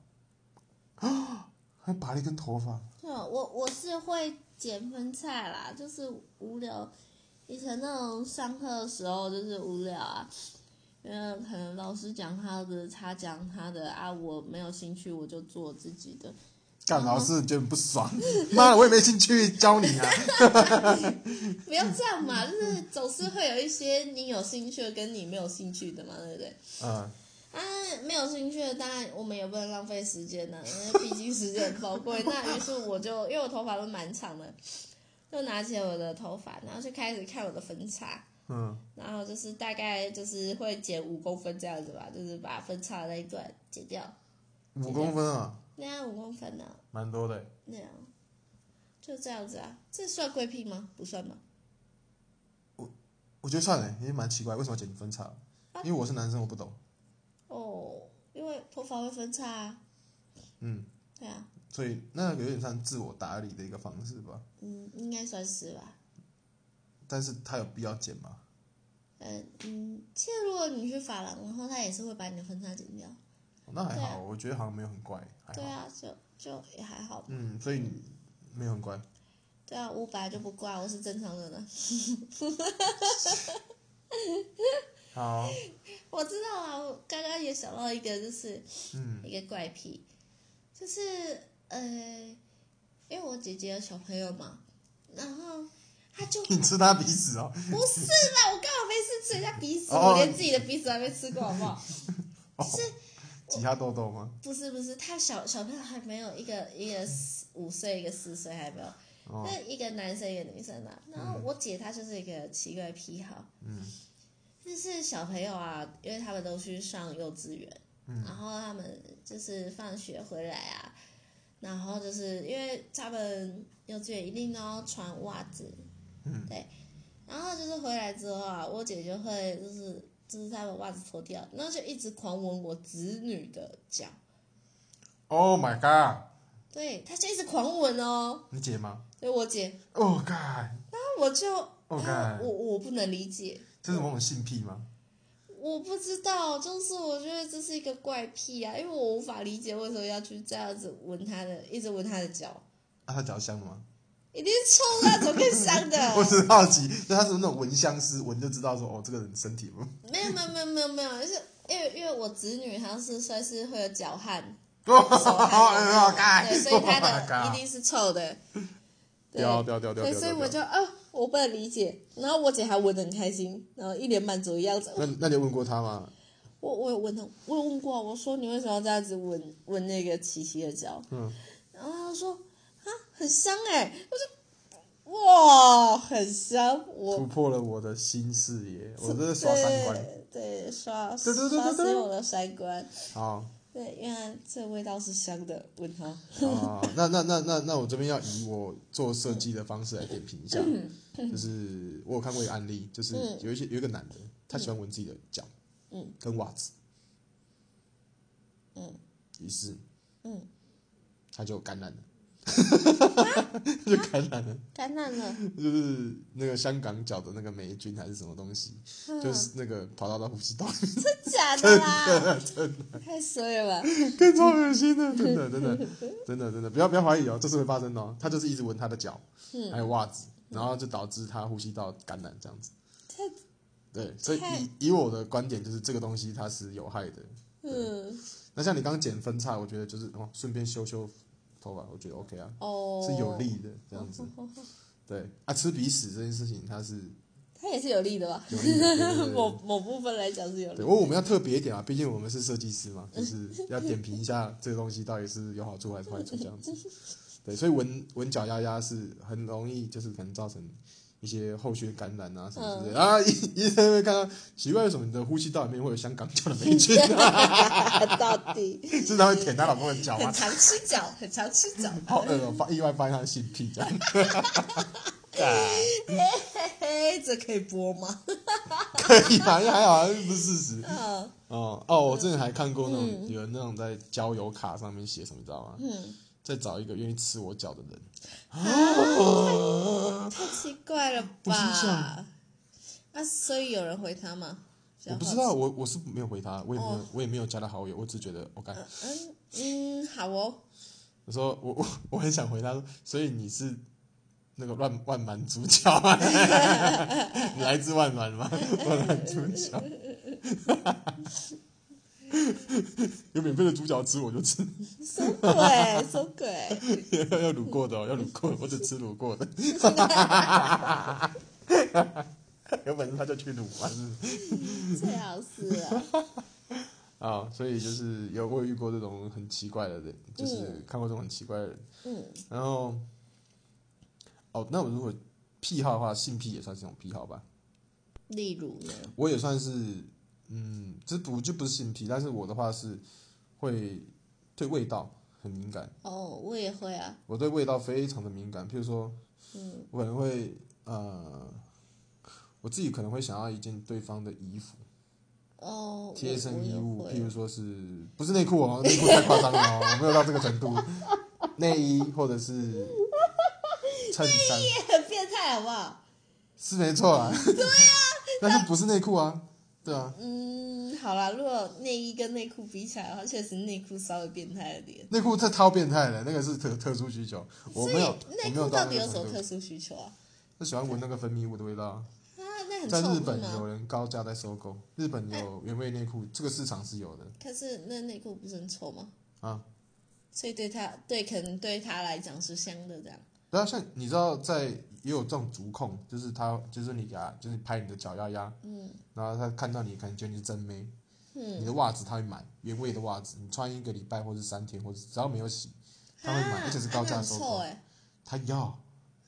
[SPEAKER 1] 啊，还拔了一根头发，
[SPEAKER 2] 对哦，我我是会剪分菜啦，就是无聊。以前那种上课的时候就是无聊啊，因为可能老师讲他的，他讲他的啊，我没有兴趣，我就做我自己的。
[SPEAKER 1] 干老师觉得很不爽，妈的我也没兴趣教你啊，
[SPEAKER 2] 不要这样嘛，就是总是会有一些你有兴趣的跟你没有兴趣的嘛，对不对？
[SPEAKER 1] 嗯，
[SPEAKER 2] 啊，没有兴趣的，当然我们也不能浪费时间呢、因为毕竟时间很宝贵。那于是我就，因为我头发都蛮长的，就拿起我的头发，然后就开始看我的分叉，
[SPEAKER 1] 嗯，
[SPEAKER 2] 然后就是大概就是会剪五公分这样子吧，就是把分叉的那一段剪掉，
[SPEAKER 1] 五公分啊，
[SPEAKER 2] 那样五公分呢、
[SPEAKER 1] 蛮多的，
[SPEAKER 2] 那样就这样子啊，这算贵癖吗？不算吧。
[SPEAKER 1] 我觉得算了，也蛮奇怪，为什么剪分叉？
[SPEAKER 2] 啊
[SPEAKER 1] 因为我是男生，我不懂，
[SPEAKER 2] 哦，因为头发会分叉、啊，
[SPEAKER 1] 嗯，
[SPEAKER 2] 对啊，
[SPEAKER 1] 所以那有点像自我打理的一个方式吧，
[SPEAKER 2] 嗯，应该算是吧。
[SPEAKER 1] 但是他有必要剪吗？
[SPEAKER 2] 嗯嗯，其实如果你去发廊，然后他也是会把你的分叉剪掉。
[SPEAKER 1] 那还
[SPEAKER 2] 对啊
[SPEAKER 1] 好，我觉得好像没有很怪，还好
[SPEAKER 2] 对。啊，就就也还好。
[SPEAKER 1] 嗯，所以你没有很乖。
[SPEAKER 2] 对啊，我本来就不怪，我是正常人啊。
[SPEAKER 1] 好，
[SPEAKER 2] 我知道啊，我刚刚也想到一个，就是
[SPEAKER 1] 嗯
[SPEAKER 2] 一个怪癖，就是呃，因为我姐姐有小朋友嘛，然后她就
[SPEAKER 1] 你吃他鼻屎哦，
[SPEAKER 2] 不是啦，我刚好没事吃人家鼻屎，
[SPEAKER 1] 哦
[SPEAKER 2] 我连自己的鼻屎还没吃过，好不好？
[SPEAKER 1] 挤他痘痘吗？
[SPEAKER 2] 不是不是，他小小朋友还没有一个一个四五岁，一个四岁还没有，
[SPEAKER 1] 哦
[SPEAKER 2] 那一个男生一个女生啊。然后我姐她就是一个奇怪的癖好，
[SPEAKER 1] 嗯，
[SPEAKER 2] 就是小朋友啊，因为他们都去上幼稚园，
[SPEAKER 1] 嗯
[SPEAKER 2] 然后他们就是放学回来啊，然后就是因为他们幼稚园一定都要穿袜子，
[SPEAKER 1] 嗯
[SPEAKER 2] 对，然后就是回来之后啊，我姐就会就是就是她把袜子脱掉，然后就一直狂吻我子女的脚。
[SPEAKER 1] ，Oh my god，
[SPEAKER 2] 对，他就一直狂吻哦，
[SPEAKER 1] 你姐吗
[SPEAKER 2] 对我姐，
[SPEAKER 1] ？Oh god，
[SPEAKER 2] 那我就，
[SPEAKER 1] Oh
[SPEAKER 2] 啊
[SPEAKER 1] god
[SPEAKER 2] 我我不能理解，
[SPEAKER 1] 这是某种性癖吗？
[SPEAKER 2] 我不知道，就是我觉得这是一个怪癖啊，因为我无法理解为什么要去这样子闻他的，一直闻他的脚，
[SPEAKER 1] 啊，他脚香了吗？
[SPEAKER 2] 一定是臭的啊，怎么可以香的？
[SPEAKER 1] 我只是好奇，就他是那种闻香师，闻就知道说哦，这个人身体 不。
[SPEAKER 2] 没有没有没有没有没有，就是因为因为我侄女她是算是会有脚 汗，
[SPEAKER 1] Oh 哦
[SPEAKER 2] 手汗有没有对，所以她的一定是臭的。对
[SPEAKER 1] 掉掉掉掉
[SPEAKER 2] 对，
[SPEAKER 1] 掉。
[SPEAKER 2] 所以我就啊，我不能理解。然后我姐还闻得很开心，然后一脸满足的样子。
[SPEAKER 1] 那那你有问过他吗？
[SPEAKER 2] 我我有问她，我有问过，我说你为什么要这样子闻闻那个琪琪的脚？
[SPEAKER 1] 嗯，
[SPEAKER 2] 然后她说啊，很香哎、我说哇，很香，我
[SPEAKER 1] 突破了我的新视野，我嗯这是刷三观。
[SPEAKER 2] 对，对刷
[SPEAKER 1] 对对对对
[SPEAKER 2] 刷
[SPEAKER 1] 对
[SPEAKER 2] 死我的三观。
[SPEAKER 1] 好
[SPEAKER 2] 对，原来这味道是香的，问他。
[SPEAKER 1] 啊，那那那那那我这边要以我做设计的方式来点评一下，就是我有看过一个案例，就是
[SPEAKER 2] 嗯
[SPEAKER 1] 有一些有一个男的，他喜欢闻自己的脚，
[SPEAKER 2] 嗯，
[SPEAKER 1] 跟袜子，
[SPEAKER 2] 嗯，
[SPEAKER 1] 于是
[SPEAKER 2] 嗯，
[SPEAKER 1] 他就感染了， 就感染了，
[SPEAKER 2] 感染了，
[SPEAKER 1] 就是那个香港脚的那个霉菌还是什么东西，
[SPEAKER 2] 嗯
[SPEAKER 1] 就是那个跑到他呼吸道，
[SPEAKER 2] 真 假的啦，太衰了吧？
[SPEAKER 1] 更超恶心的，真的真的真的真的，不要不要怀疑哦，这是会发生的哦，他就是一直闻他的脚，还有袜子，然后就导致他呼吸道感染这样子。
[SPEAKER 2] 太
[SPEAKER 1] 对，所以
[SPEAKER 2] 太
[SPEAKER 1] 以以我的观点就是这个东西它是有害的。
[SPEAKER 2] 嗯
[SPEAKER 1] 那像你刚刚剪分叉，我觉得就是哦，顺便修修头发，我觉得 OK 啊，
[SPEAKER 2] 哦，
[SPEAKER 1] 是有利的这样 子。对啊，吃鼻屎这件事情它是
[SPEAKER 2] 它也是有利的吧？
[SPEAKER 1] 有利的。对对对对
[SPEAKER 2] 某某部分来讲是有利
[SPEAKER 1] 对，
[SPEAKER 2] 的。
[SPEAKER 1] 我我们要特别一点啊，毕竟我们是设计师嘛，就是要点评一下这个东西到底是有好处还是坏处这样子。对，所以闻闻脚丫丫是很容易，就是可能造成一些后续的感染啊什么之类的。啊，医医生会看到奇怪，为什么你的呼吸道里面会有香港脚的霉菌、啊？
[SPEAKER 2] 到底
[SPEAKER 1] 是他会舔她老公的脚
[SPEAKER 2] 很
[SPEAKER 1] 吗？
[SPEAKER 2] 常吃脚，很常吃脚。
[SPEAKER 1] 好恶哦、发意外发现他的性癖这样。
[SPEAKER 2] 嘿嘿，哎这可以播吗？
[SPEAKER 1] 可以吧？因为还好啊，不是事实。
[SPEAKER 2] 嗯
[SPEAKER 1] 哦哦，我之前还看过那种、有人那种在交友卡上面写什么，你知道吗？
[SPEAKER 2] 嗯，
[SPEAKER 1] 再找一个愿意吃我脚的人。啊
[SPEAKER 2] 太奇怪了
[SPEAKER 1] 我心
[SPEAKER 2] 吧
[SPEAKER 1] 想？
[SPEAKER 2] 啊，所以有人回他吗？
[SPEAKER 1] 我不知道，我我是没有回他，我也没有，我也没有加他好友，我只觉得我感，
[SPEAKER 2] 嗯嗯，好哦。
[SPEAKER 1] 我说我我我很想回他说，所以你是那个万万蛮主角吗？ 你来自万蛮吗？ 万蛮主角， 有免费的猪脚吃我就吃，
[SPEAKER 2] 什么鬼？什么鬼？
[SPEAKER 1] 要要卤过的哦，要卤过的，我只吃卤过的。有本事他就去卤嘛，是不是
[SPEAKER 2] 最好是啊。
[SPEAKER 1] 啊，所以就是有我有遇过这种很奇怪的人，就是看过这种很奇怪的人，
[SPEAKER 2] 嗯，
[SPEAKER 1] 然后哦，那我如果癖好的话，性癖也算是一种癖好吧，
[SPEAKER 2] 例如呢？
[SPEAKER 1] 我也算是嗯，这不就不是性癖，但是我的话是会对味道很敏感，
[SPEAKER 2] 哦，我也会啊。
[SPEAKER 1] 我对味道非常的敏感，譬如说，
[SPEAKER 2] 嗯，
[SPEAKER 1] 我可能会呃，我自己可能会想要一件对方的衣服。
[SPEAKER 2] 哦，我
[SPEAKER 1] 贴身衣物，
[SPEAKER 2] 我
[SPEAKER 1] 譬
[SPEAKER 2] 也
[SPEAKER 1] 如
[SPEAKER 2] 会
[SPEAKER 1] 说是不是内裤哦， 内裤太夸张了哦，我没有到这个程度。 内衣或者是衬衫
[SPEAKER 2] 很 变态，好不好？
[SPEAKER 1] 是没错啊。对啊， 但是不是内裤啊？对啊，
[SPEAKER 2] 嗯，好啦，如果内衣跟内裤比起来的话，确实内裤稍微变态了点。
[SPEAKER 1] 内裤这超变态的，那个是特特殊需求，我
[SPEAKER 2] 所
[SPEAKER 1] 没有，
[SPEAKER 2] 以
[SPEAKER 1] 我
[SPEAKER 2] 内
[SPEAKER 1] 没有
[SPEAKER 2] 裤
[SPEAKER 1] 到
[SPEAKER 2] 到
[SPEAKER 1] 那
[SPEAKER 2] 底有
[SPEAKER 1] 个
[SPEAKER 2] 什么
[SPEAKER 1] 程度
[SPEAKER 2] 特。殊需求啊？
[SPEAKER 1] 就喜欢闻那个分泌物的味道。
[SPEAKER 2] 啊，那很
[SPEAKER 1] 在
[SPEAKER 2] 臭
[SPEAKER 1] 日
[SPEAKER 2] 不
[SPEAKER 1] 本
[SPEAKER 2] 吗？
[SPEAKER 1] 有人高价在收购，日本有原味内裤，这个市场是有的
[SPEAKER 2] 可是那内裤不是很臭吗？
[SPEAKER 1] 啊。
[SPEAKER 2] 所以对他对可能对他来讲是香的这样。
[SPEAKER 1] 对啊，像你知道，在也有这种足控，就是他，就是你给他，就是拍你的脚丫丫，嗯，然后他看到你，可能觉得你是真妹，嗯，你的袜子他会买原味的袜子，你穿一个礼拜或是三天，或者只要没有洗，他会买，
[SPEAKER 2] 啊
[SPEAKER 1] 而且是高
[SPEAKER 2] 啊那
[SPEAKER 1] 价
[SPEAKER 2] 很
[SPEAKER 1] 收
[SPEAKER 2] 臭
[SPEAKER 1] 购，
[SPEAKER 2] 哎、
[SPEAKER 1] 他要，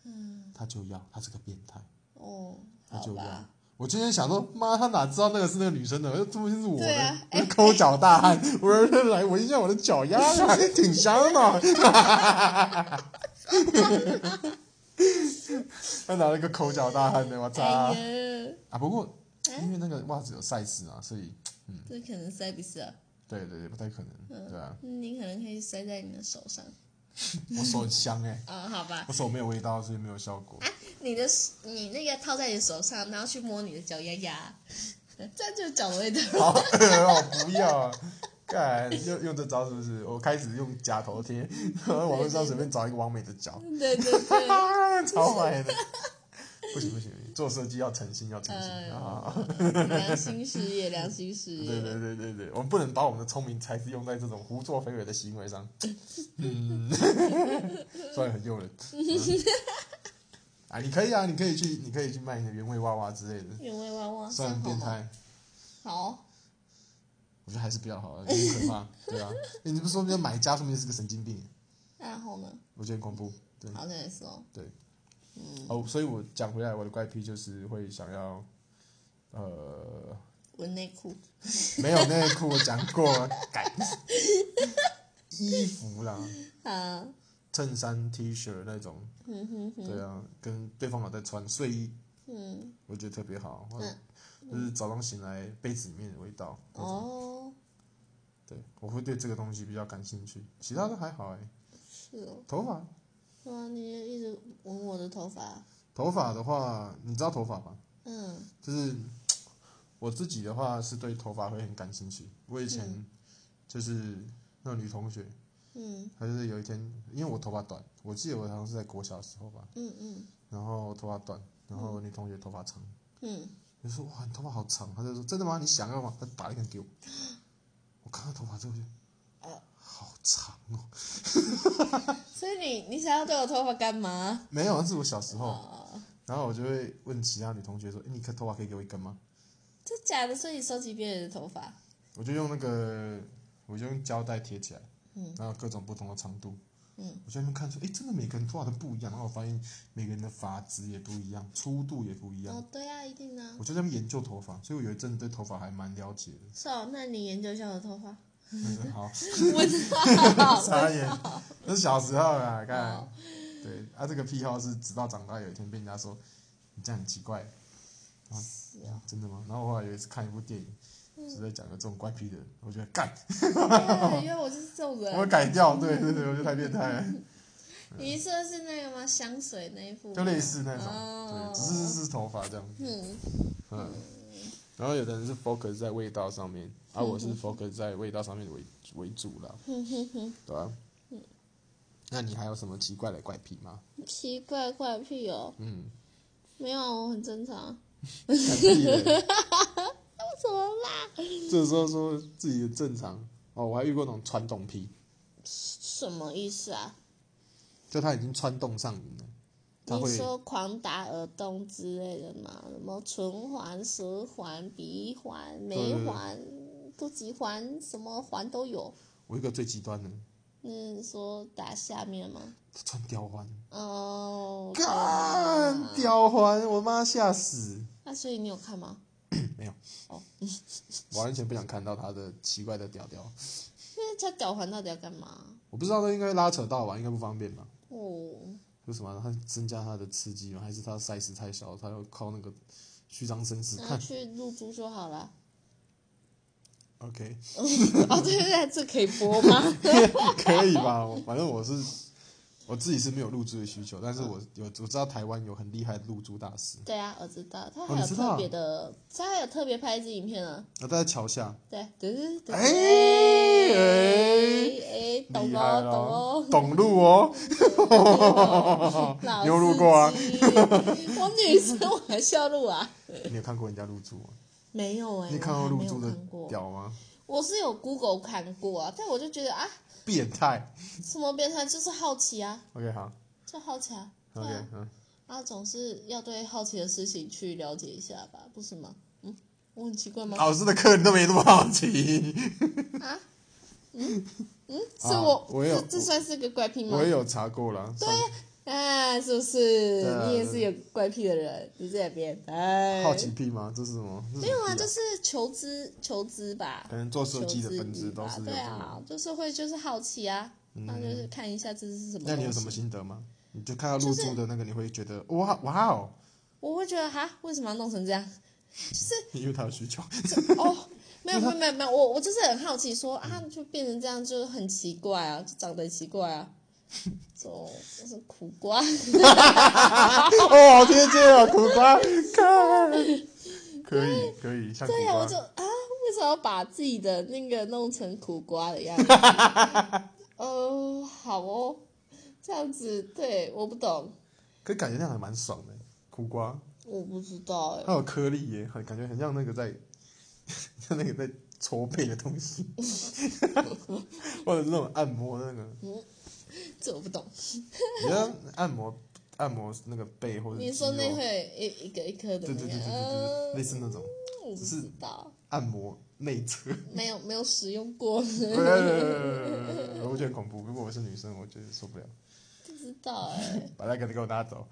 [SPEAKER 1] 嗯，他就要，他是个变态，
[SPEAKER 2] 哦，
[SPEAKER 1] 他
[SPEAKER 2] 好
[SPEAKER 1] 就要
[SPEAKER 2] 吧。。
[SPEAKER 1] 我今天想说，妈，他哪知道那个是那个女生的？这不是我
[SPEAKER 2] 对
[SPEAKER 1] 的，
[SPEAKER 2] 啊哎
[SPEAKER 1] 我是抠脚大汉，我是来闻一下我的脚丫啊， 挺香的嘛。他拿了个抠脚大汉的，我操、
[SPEAKER 2] 哎呀，
[SPEAKER 1] 啊！不过因为那个袜子有 size 啊，所以
[SPEAKER 2] 这可能塞不是啊，
[SPEAKER 1] 对对对，不太可
[SPEAKER 2] 嗯
[SPEAKER 1] 能，对啊。
[SPEAKER 2] 你可能可以塞在你的手上
[SPEAKER 1] 我手很香哎、
[SPEAKER 2] 啊、好吧
[SPEAKER 1] 我。手没有味道，所以没有效果。
[SPEAKER 2] 你的你那个套在你手上，然后 去摸你的脚丫丫，这样就脚的味道。
[SPEAKER 1] 好恶哦、不要啊！干用用这招是不是？我开始用假头贴， 然后网络上随便找一个完美的脚，
[SPEAKER 2] 对对对，
[SPEAKER 1] 啊，超坏的。不行不行，不行做设计要诚心，要诚心
[SPEAKER 2] 哎呦
[SPEAKER 1] 啊！
[SPEAKER 2] 良心事业，良心事
[SPEAKER 1] 对
[SPEAKER 2] 业，
[SPEAKER 1] 对对对对，我们不能把我们的聪明才智用在这种胡作非为的行为上。嗯， 虽然很诱人。嗯啊，你可以啊，你可以去，你可以去卖你的原味娃娃之类的，
[SPEAKER 2] 原味娃娃
[SPEAKER 1] 虽然
[SPEAKER 2] 算
[SPEAKER 1] 很
[SPEAKER 2] 好
[SPEAKER 1] 变
[SPEAKER 2] 吗？
[SPEAKER 1] 态，
[SPEAKER 2] 好，
[SPEAKER 1] 我觉得还是不要好了，有点可 怕。对啊，欸你不是说要买家，说明是个神经病，
[SPEAKER 2] 然后呢？
[SPEAKER 1] 我觉得很恐怖。对，
[SPEAKER 2] 好嗯像也是哦，
[SPEAKER 1] 对，哦，所以我讲回来，我的怪癖就是会想要，呃，
[SPEAKER 2] 闻内裤，
[SPEAKER 1] 没有内裤，我讲过了， 改衣服啦，
[SPEAKER 2] 啊，
[SPEAKER 1] 衬衫、T 恤那种，
[SPEAKER 2] 嗯哼哼，
[SPEAKER 1] 对啊，跟对方有在穿睡衣，
[SPEAKER 2] 嗯，
[SPEAKER 1] 我觉得特别好，或者
[SPEAKER 2] 嗯
[SPEAKER 1] 就是早上醒来被子里面的味道，那种
[SPEAKER 2] 哦，
[SPEAKER 1] 对我会对这个东西比较感兴趣，其他的还好哎、
[SPEAKER 2] 是哦，
[SPEAKER 1] 头发，
[SPEAKER 2] 对啊，你一直闻我的头发，
[SPEAKER 1] 头发的话，你知道头发吧？
[SPEAKER 2] 嗯，
[SPEAKER 1] 就是我自己的话是对头发会很感兴趣。我以前就是那个女同学，
[SPEAKER 2] 嗯
[SPEAKER 1] 她就是有一天，因为我头发短，我记得我好像是在国小的时候吧，
[SPEAKER 2] 嗯嗯
[SPEAKER 1] 然后头发短，然后女同学头发长，
[SPEAKER 2] 嗯，
[SPEAKER 1] 我就说哇，你头发好长，她就说真的吗？你想要吗？她打了一根给我，我看到头发之后就，好长哦，
[SPEAKER 2] 所以你你想要对我头发干嘛？
[SPEAKER 1] 没有，那是我小时候，
[SPEAKER 2] 哦，
[SPEAKER 1] 然后我就会问其他女同学说，诶你可头发可以给我一根吗？
[SPEAKER 2] 这假的，所以你收集别人的头发，
[SPEAKER 1] 我就用那个，我就用胶带贴起来，
[SPEAKER 2] 嗯，
[SPEAKER 1] 然后各种不同的长度，
[SPEAKER 2] 嗯，
[SPEAKER 1] 我在那边看说，哎，真的每个人头发都不一样，然后我发现每个人的发质也不一样，粗度也不一样，
[SPEAKER 2] 哦，对啊，一定的啊，。
[SPEAKER 1] 我就在那边研究头发，所以我有一阵子对头发还蛮了解的
[SPEAKER 2] 是哦，那你研究一下我的头发，
[SPEAKER 1] 嗯好，
[SPEAKER 2] 我知道，
[SPEAKER 1] 傻眼，那是小时候 啊，看
[SPEAKER 2] 哦，
[SPEAKER 1] 对，他、这个癖好是直到长大有一天被人家说你这样很奇怪，嗯
[SPEAKER 2] 是嗯哦。
[SPEAKER 1] 真的吗？然后我后来有一次看一部电影，是在讲个这种怪癖的人，我觉得干，
[SPEAKER 2] 对 因为我就是这种
[SPEAKER 1] 我
[SPEAKER 2] 人。
[SPEAKER 1] 改掉，对对对，我觉得太变态了。
[SPEAKER 2] 你说的是那个吗？香水那一副吗？
[SPEAKER 1] 就类似那种，
[SPEAKER 2] 哦
[SPEAKER 1] 对，只是是头发这样，
[SPEAKER 2] 嗯，
[SPEAKER 1] 嗯。然后有的人是 focus 在味道上面，而、啊、我
[SPEAKER 2] 嗯
[SPEAKER 1] 是 focus 在味道上面为为主啦，对吧、
[SPEAKER 2] 嗯
[SPEAKER 1] 那你还有什么奇怪的怪癖吗？
[SPEAKER 2] 奇怪怪癖哦，
[SPEAKER 1] 嗯，
[SPEAKER 2] 没有啊，我很正常。
[SPEAKER 1] 怪癖的，
[SPEAKER 2] 怎么啦？
[SPEAKER 1] 这时候说自己的正常哦，我还遇过那种传统癖，
[SPEAKER 2] 什么意思啊？
[SPEAKER 1] 就他已经穿动上瘾了，他
[SPEAKER 2] 你
[SPEAKER 1] 会
[SPEAKER 2] 说狂打耳洞之类的吗？什么唇环、舌环、鼻环、眉环、肚脐环，什么环都有。
[SPEAKER 1] 我一个最极端的，
[SPEAKER 2] 那你说打下面吗？
[SPEAKER 1] 穿吊环，
[SPEAKER 2] 哦，天哪
[SPEAKER 1] 干吊环，我妈吓死。
[SPEAKER 2] 那啊所以你有看吗？
[SPEAKER 1] 没有。
[SPEAKER 2] 哦，
[SPEAKER 1] 我 完全不想看到他的奇怪的屌屌。
[SPEAKER 2] 那他吊环到底要干嘛？
[SPEAKER 1] 我不知道那应该拉扯到吧，应该不方便吧？
[SPEAKER 2] 哦，
[SPEAKER 1] 为什么？他增加他的刺激吗？还是他 size 太小，他要靠那个虚张声势
[SPEAKER 2] 那
[SPEAKER 1] 看
[SPEAKER 2] 去露珠就好了。
[SPEAKER 1] ？OK，
[SPEAKER 2] 哦，对对对，这可以播吗？
[SPEAKER 1] 可以吧？我反正我是我自己是没有露珠的需求，但是我有我知道台湾有很厉害的露珠大师，
[SPEAKER 2] 对啊，我知道，他
[SPEAKER 1] 哦
[SPEAKER 2] 还
[SPEAKER 1] 你
[SPEAKER 2] 有
[SPEAKER 1] 知道
[SPEAKER 2] 特别的，他还有特别拍一支影片啊呢。
[SPEAKER 1] 那他在桥下，
[SPEAKER 2] 对，对对对，
[SPEAKER 1] 哎
[SPEAKER 2] 哎哎，懂
[SPEAKER 1] 厉
[SPEAKER 2] 哦
[SPEAKER 1] 害咯
[SPEAKER 2] 懂哦，
[SPEAKER 1] 懂路哦，
[SPEAKER 2] 老 哦
[SPEAKER 1] 你有录过啊
[SPEAKER 2] 司机我女生我还是要录啊。
[SPEAKER 1] 你有看过人家露珠吗？
[SPEAKER 2] 没有哎，
[SPEAKER 1] 你看
[SPEAKER 2] 我
[SPEAKER 1] 过
[SPEAKER 2] 还
[SPEAKER 1] 露
[SPEAKER 2] 没有
[SPEAKER 1] 珠的
[SPEAKER 2] 看过，
[SPEAKER 1] 屌吗？
[SPEAKER 2] 我是有 Google 看过啊，但我就觉得啊，
[SPEAKER 1] 变态。
[SPEAKER 2] 什么变态就是好奇啊，
[SPEAKER 1] OK，好
[SPEAKER 2] 就好奇啊，对
[SPEAKER 1] ，OK，
[SPEAKER 2] 啊，
[SPEAKER 1] 嗯，
[SPEAKER 2] 啊总是要对好奇的事情去了解一下吧，不是吗？嗯，我很奇怪吗？
[SPEAKER 1] 老师的课你都没那么好奇。
[SPEAKER 2] 啊，嗯嗯，是
[SPEAKER 1] 啊
[SPEAKER 2] 我，
[SPEAKER 1] 我有
[SPEAKER 2] 这这算是个怪癖吗
[SPEAKER 1] 我？也有查过啦，对
[SPEAKER 2] 啊，是不是？
[SPEAKER 1] 对啊
[SPEAKER 2] 你也是有怪癖的人，你这边哎，
[SPEAKER 1] 好奇癖吗？这是什么？没
[SPEAKER 2] 没有啊，就是求知求知吧
[SPEAKER 1] 可，能做设
[SPEAKER 2] 求
[SPEAKER 1] 计
[SPEAKER 2] 知
[SPEAKER 1] 的本质
[SPEAKER 2] 欲
[SPEAKER 1] 都
[SPEAKER 2] 吧
[SPEAKER 1] 是有
[SPEAKER 2] 对
[SPEAKER 1] 这
[SPEAKER 2] 啊，就是会就是好奇啊，那就是看一下这是什么。
[SPEAKER 1] 那你有什么？心得吗？你就看到入住的那个，你会觉得哇哇哦，
[SPEAKER 2] 我会觉得哈，为什么要弄成这样？
[SPEAKER 1] 因为他有需 求。
[SPEAKER 2] 哦，没有没有没有没有，我我就是很好奇说啊，
[SPEAKER 1] 嗯
[SPEAKER 2] 就变成这样就很奇怪啊，就长得很奇怪 啊，就就是苦瓜。
[SPEAKER 1] 哦，好贴切啊，苦瓜，看，可以可以，像苦
[SPEAKER 2] 对呀、我就
[SPEAKER 1] 瓜。
[SPEAKER 2] 啊，为时候把自己的那个弄成苦瓜的样子。哦，好哦，这样子对，我不懂，
[SPEAKER 1] 可感觉那样还蛮爽的，苦瓜
[SPEAKER 2] 我不知道哎，
[SPEAKER 1] 它有颗粒耶，很感觉很像那个在 像那个在搓背的东 西，或者是那种按摩那个，
[SPEAKER 2] 这我不懂。
[SPEAKER 1] 你要按摩按摩那个背或者
[SPEAKER 2] 你说
[SPEAKER 1] 肌
[SPEAKER 2] 那
[SPEAKER 1] 肉
[SPEAKER 2] 会一一个一颗的
[SPEAKER 1] 对对
[SPEAKER 2] 那
[SPEAKER 1] 对对
[SPEAKER 2] 个，
[SPEAKER 1] 对对，
[SPEAKER 2] 嗯
[SPEAKER 1] 类似那种
[SPEAKER 2] 我不知道，
[SPEAKER 1] 按摩内侧。
[SPEAKER 2] 没有没有使用过，
[SPEAKER 1] 我觉得很恐怖。如果我是女生，我觉得受不了，
[SPEAKER 2] 不知道哎，
[SPEAKER 1] 把那个给我拿走，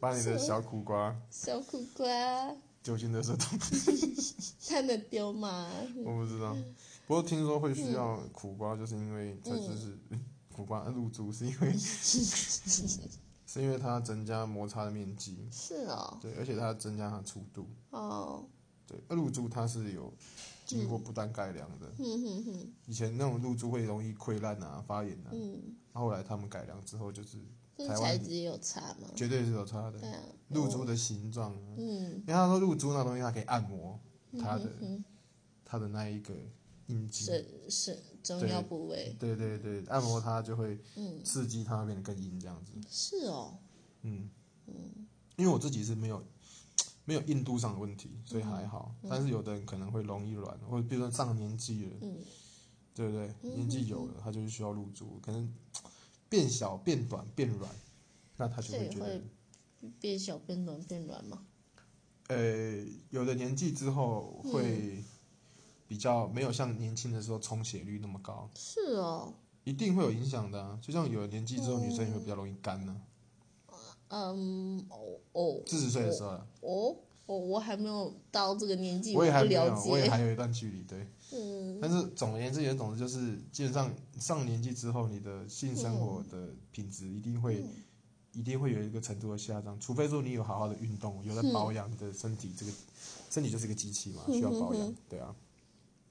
[SPEAKER 1] 把你的小苦瓜
[SPEAKER 2] 小苦瓜，
[SPEAKER 1] 丢进垃圾桶。
[SPEAKER 2] 它能丢吗？
[SPEAKER 1] 我不知道，不过听说会需要苦瓜，就是因为它就是、苦瓜露珠，是因为是因为它增加摩擦的面积，
[SPEAKER 2] 是哦，
[SPEAKER 1] 对，而且它增加它粗度。
[SPEAKER 2] 哦，
[SPEAKER 1] 对，露珠它是有经过不断改良的，
[SPEAKER 2] 哼哼哼，
[SPEAKER 1] 以前那种露珠会容易溃烂啊、发炎啊，
[SPEAKER 2] 嗯，
[SPEAKER 1] 后来他们改良之后，就是
[SPEAKER 2] 这
[SPEAKER 1] 台湾
[SPEAKER 2] 材质有差吗？
[SPEAKER 1] 绝对是有差的
[SPEAKER 2] 对。啊，
[SPEAKER 1] 露珠的形状啊，
[SPEAKER 2] 嗯，
[SPEAKER 1] 因为他说露珠那东西它可以按摩它的
[SPEAKER 2] 嗯哼
[SPEAKER 1] 它的那一个阴茎，
[SPEAKER 2] 是是中药部位，
[SPEAKER 1] 对对对，按摩它就会
[SPEAKER 2] 嗯，
[SPEAKER 1] 刺激它变得更硬这样子。
[SPEAKER 2] 是哦，
[SPEAKER 1] 嗯，因为我自己是没有没有硬度上的问题，所以
[SPEAKER 2] 嗯
[SPEAKER 1] 还好。但是有的人可能会容易软，或者比如说上了年纪了，
[SPEAKER 2] 嗯
[SPEAKER 1] 对不对？年纪有了，他就是需要露珠，可能变小、变短、变软，那他就
[SPEAKER 2] 这
[SPEAKER 1] 会
[SPEAKER 2] 也
[SPEAKER 1] 觉得
[SPEAKER 2] 会，变小变短变软吗？
[SPEAKER 1] 呃，有的年纪之后会
[SPEAKER 2] 嗯
[SPEAKER 1] 比较没有像年轻的时候充血率那么高，
[SPEAKER 2] 是哦，
[SPEAKER 1] 一定会有影响的、啊。就像有了年纪之后，女生也会比较容易干呢、
[SPEAKER 2] 嗯，哦哦
[SPEAKER 1] 四十岁的时候啊，
[SPEAKER 2] 哦，我我还没有到这个年纪，
[SPEAKER 1] 我也还
[SPEAKER 2] 嗯不
[SPEAKER 1] 没
[SPEAKER 2] 了
[SPEAKER 1] 有，我也
[SPEAKER 2] 解，
[SPEAKER 1] 还有一段距离，对。
[SPEAKER 2] 嗯
[SPEAKER 1] 但是总而言之，言总之就是，基本上上年纪之后，你的性生活的品质一定
[SPEAKER 2] 嗯
[SPEAKER 1] 会、一定会有一个程度的下降，除非说你有好好的运动，有在保养你的身体，这个身体就是个机器嘛，需要保养，对啊。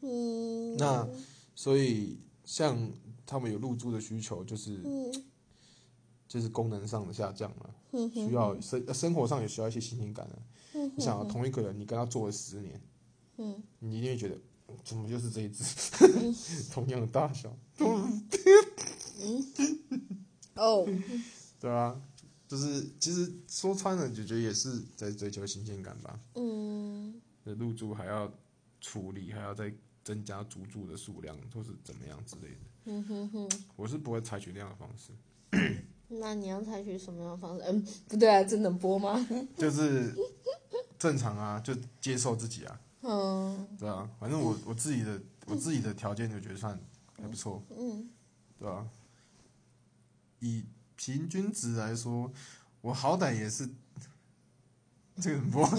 [SPEAKER 2] 嗯
[SPEAKER 1] 那所以像他们有露珠的需求，就是
[SPEAKER 2] 嗯
[SPEAKER 1] 就是功能上的下降了，
[SPEAKER 2] 嗯哼
[SPEAKER 1] 需要生呃生活上也需要一些新鲜感了。
[SPEAKER 2] 嗯
[SPEAKER 1] 你想、啊，同一个人，你跟他做了十年，
[SPEAKER 2] 嗯，
[SPEAKER 1] 你一定会觉得哦怎么就是这一只， 同样的大小。
[SPEAKER 2] 哦，
[SPEAKER 1] 对啊，就是其实说穿了，就觉得也是在追求新鲜感吧。
[SPEAKER 2] 嗯
[SPEAKER 1] 那露珠还要处理，还要再增加珠柱的数量，或是怎么样之类的。
[SPEAKER 2] 嗯哼哼，
[SPEAKER 1] 我是不会采取那样的方式，
[SPEAKER 2] 那你要采取什么样的方式？嗯，不对啊，这能播吗？
[SPEAKER 1] 就是正常啊，就接受自己啊，
[SPEAKER 2] 嗯
[SPEAKER 1] 对啊。反正我我自己的我自己的条件，我觉得算还不错，
[SPEAKER 2] 嗯
[SPEAKER 1] 对啊。以平均值来说，我好歹也是这个 不，
[SPEAKER 2] 啊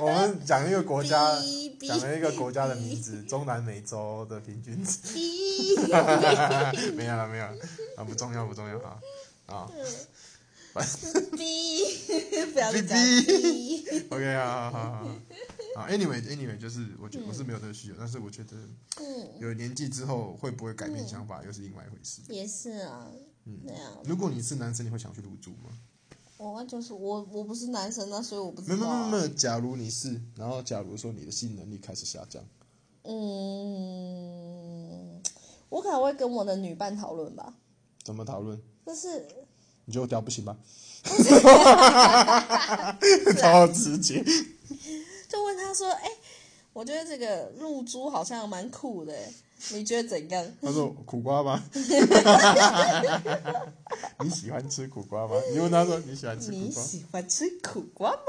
[SPEAKER 1] 我们讲一个国家。
[SPEAKER 2] 哔
[SPEAKER 1] 讲
[SPEAKER 2] 哔
[SPEAKER 1] 了一个国家的名字，中南美洲的平均值，
[SPEAKER 2] 哔，
[SPEAKER 1] 没有了，没有了，啊，不重要，不重要啊 啊
[SPEAKER 2] 哔， 不要再讲
[SPEAKER 1] 哔
[SPEAKER 2] 哔，
[SPEAKER 1] ，OK 啊，好好好好啊，anyway，anyway，就是我觉我是没有这个需求，但是我觉得
[SPEAKER 2] 嗯，
[SPEAKER 1] 有年纪之后会不会改变想法，又是另外一回事。嗯
[SPEAKER 2] 也是啊，对啊，
[SPEAKER 1] 如果你是男生，你会想去入住吗？
[SPEAKER 2] 我完全是我我不是男生啊，所以我不
[SPEAKER 1] 没
[SPEAKER 2] 知
[SPEAKER 1] 有没
[SPEAKER 2] 道
[SPEAKER 1] 有没有
[SPEAKER 2] 啊
[SPEAKER 1] 没，有，假如你是，然后假如说你的性能力开始下降，
[SPEAKER 2] 嗯，我可能会跟我的女伴讨论吧，
[SPEAKER 1] 怎么讨论？
[SPEAKER 2] 就是
[SPEAKER 1] 你觉得我屌不行 吧？超直接，
[SPEAKER 2] 就问他说：“哎、我觉得这个露珠好像蛮酷的，哎你觉得怎样
[SPEAKER 1] 他说苦瓜吗？ 你喜欢吃苦瓜吗？你问他说你喜欢？”吃苦
[SPEAKER 2] 你
[SPEAKER 1] 瓜？。
[SPEAKER 2] 喜欢吃苦瓜吗？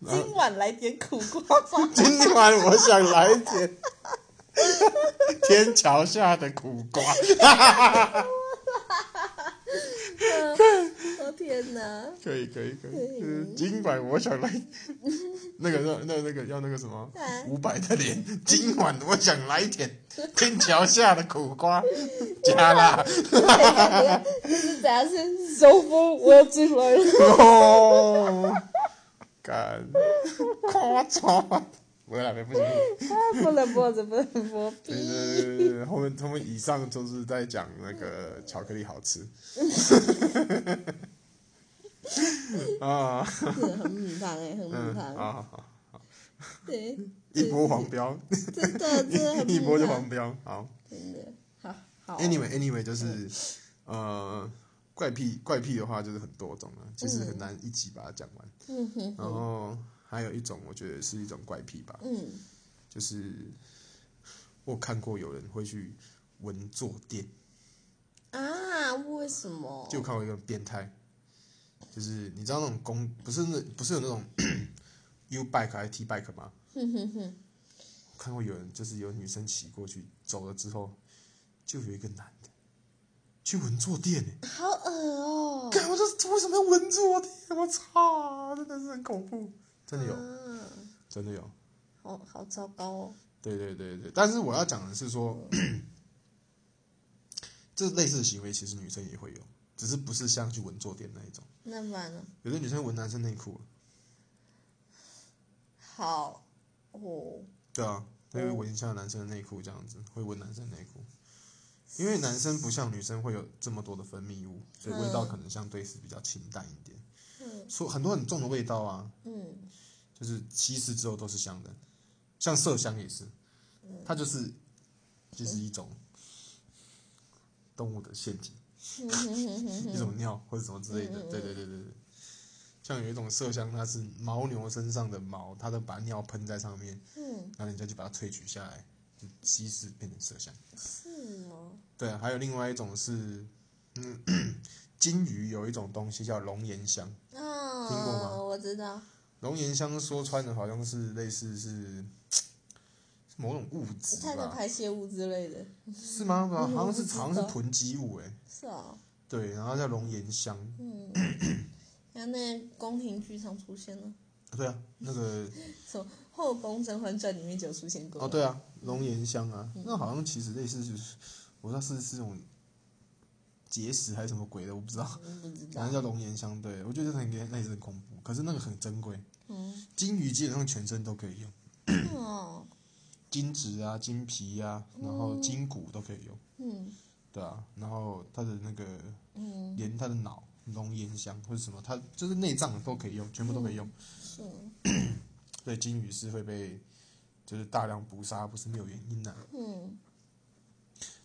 [SPEAKER 2] 今晚来点苦瓜吧
[SPEAKER 1] 今晚我想来一点 天桥下的苦瓜。
[SPEAKER 2] 我、哦天哪！
[SPEAKER 1] 可以可以可以，嗯今晚我想来 那个那那那个要那个什么
[SPEAKER 2] 对
[SPEAKER 1] 五百的脸。今晚我想来一 点天桥下的苦瓜，加辣。
[SPEAKER 2] 是怎样？是收风？我要进来了。
[SPEAKER 1] 哦，干，夸张。没有啦，没不行。不行
[SPEAKER 2] 啊不能播，这不能播。
[SPEAKER 1] 对对对呃对，后面他们以上 就是在讲那个巧克力好吃。 啊，
[SPEAKER 2] 是 很米汤哎，很
[SPEAKER 1] 嗯
[SPEAKER 2] 米，汤，
[SPEAKER 1] 好好好，
[SPEAKER 2] 对，
[SPEAKER 1] 一波黄标，
[SPEAKER 2] 真的真的 很
[SPEAKER 1] 一
[SPEAKER 2] 米
[SPEAKER 1] 波就
[SPEAKER 2] 汤，
[SPEAKER 1] 黄标，好。
[SPEAKER 2] 真的好好。
[SPEAKER 1] Anyway Anyway 就是呃怪癖怪癖的话就是很多种啊，其实很难一集把它讲完。
[SPEAKER 2] 嗯哼
[SPEAKER 1] 然
[SPEAKER 2] 哼，
[SPEAKER 1] 后还有一种我觉得是一种怪癖吧，
[SPEAKER 2] 嗯，
[SPEAKER 1] 就是我看过有人会去闻坐垫，
[SPEAKER 2] 啊，为什么？
[SPEAKER 1] 就我看过一个变态，就是你知道那种公不是那不是有那种 U bike 还是 T bike 吗？
[SPEAKER 2] 哼哼哼，
[SPEAKER 1] 我看过有人就是有女生骑过去走了之后，就有一个男的去闻坐垫欸呢、
[SPEAKER 2] 好恶哦、
[SPEAKER 1] 干，我就是为什么要闻住我？天，我操，真的是很恐怖，真的有，
[SPEAKER 2] 啊，
[SPEAKER 1] 真的有，
[SPEAKER 2] 好好糟糕哦。
[SPEAKER 1] 对对对对。但是我要讲的是说， 这类似的行为其实女生也会有，只是不是像去闻坐垫那一种，
[SPEAKER 2] 那不然呢？
[SPEAKER 1] 有的女生闻男生内裤，
[SPEAKER 2] 好哦，
[SPEAKER 1] 对啊，她会闻一下男生的内裤这样子，会闻男生内裤。因为男生不像女生会有这么多的分泌物，所以味道可能相对是比较清淡一点。
[SPEAKER 2] 嗯
[SPEAKER 1] 说很多很重的味道啊，
[SPEAKER 2] 嗯
[SPEAKER 1] 就是吸食之后都是香的，像麝香也是，它就是就是一种动物的陷阱，
[SPEAKER 2] 哼哼哼哼
[SPEAKER 1] 一种尿或者什么之类的。对对对对对，像有一种麝香，它是牦牛身上的毛，它都把尿喷在上面，
[SPEAKER 2] 嗯，
[SPEAKER 1] 然后你再去把它萃取下来，就稀释变成麝香。
[SPEAKER 2] 是吗？
[SPEAKER 1] 对啊，还有另外一种是，嗯， 金鱼有一种东西叫龙涎香。
[SPEAKER 2] 啊，
[SPEAKER 1] 听过吗
[SPEAKER 2] 我知道，
[SPEAKER 1] 龙涎香说穿的好像是类似是是某种物质
[SPEAKER 2] 它的
[SPEAKER 1] 吧？
[SPEAKER 2] 排泄物之类的，
[SPEAKER 1] 是吗？啊
[SPEAKER 2] 嗯
[SPEAKER 1] 好像
[SPEAKER 2] 我不
[SPEAKER 1] 是
[SPEAKER 2] 知
[SPEAKER 1] 好像是
[SPEAKER 2] 道
[SPEAKER 1] 囤积物哎、
[SPEAKER 2] 是啊、
[SPEAKER 1] 对，然后叫龙涎香，
[SPEAKER 2] 嗯，然后那宫廷剧常出现了，
[SPEAKER 1] 对啊，那个
[SPEAKER 2] 什么《后宫甄嬛传》里面就有出现过。
[SPEAKER 1] 哦对啊，龙涎香啊，
[SPEAKER 2] 嗯
[SPEAKER 1] 那好像其实类似就是，我不知道是是这种结石还是什么鬼的，我不知道，
[SPEAKER 2] 嗯，不知
[SPEAKER 1] 反
[SPEAKER 2] 道
[SPEAKER 1] 正。叫龙涎香。对，我觉得那个那也是很恐怖，可是那个很珍贵，
[SPEAKER 2] 嗯，
[SPEAKER 1] 金鱼基本上全身都可以用，
[SPEAKER 2] 哦，
[SPEAKER 1] 金质啊、金皮啊，然后筋骨都可以用，
[SPEAKER 2] 嗯
[SPEAKER 1] 对啊，然后它的那个
[SPEAKER 2] 嗯，
[SPEAKER 1] 连它的脑、龙涎香或者什么，它就是内脏都可以用，全部都可以用。
[SPEAKER 2] 是，
[SPEAKER 1] 对，金鱼是会被就是大量捕杀，不是没有原因的、
[SPEAKER 2] 嗯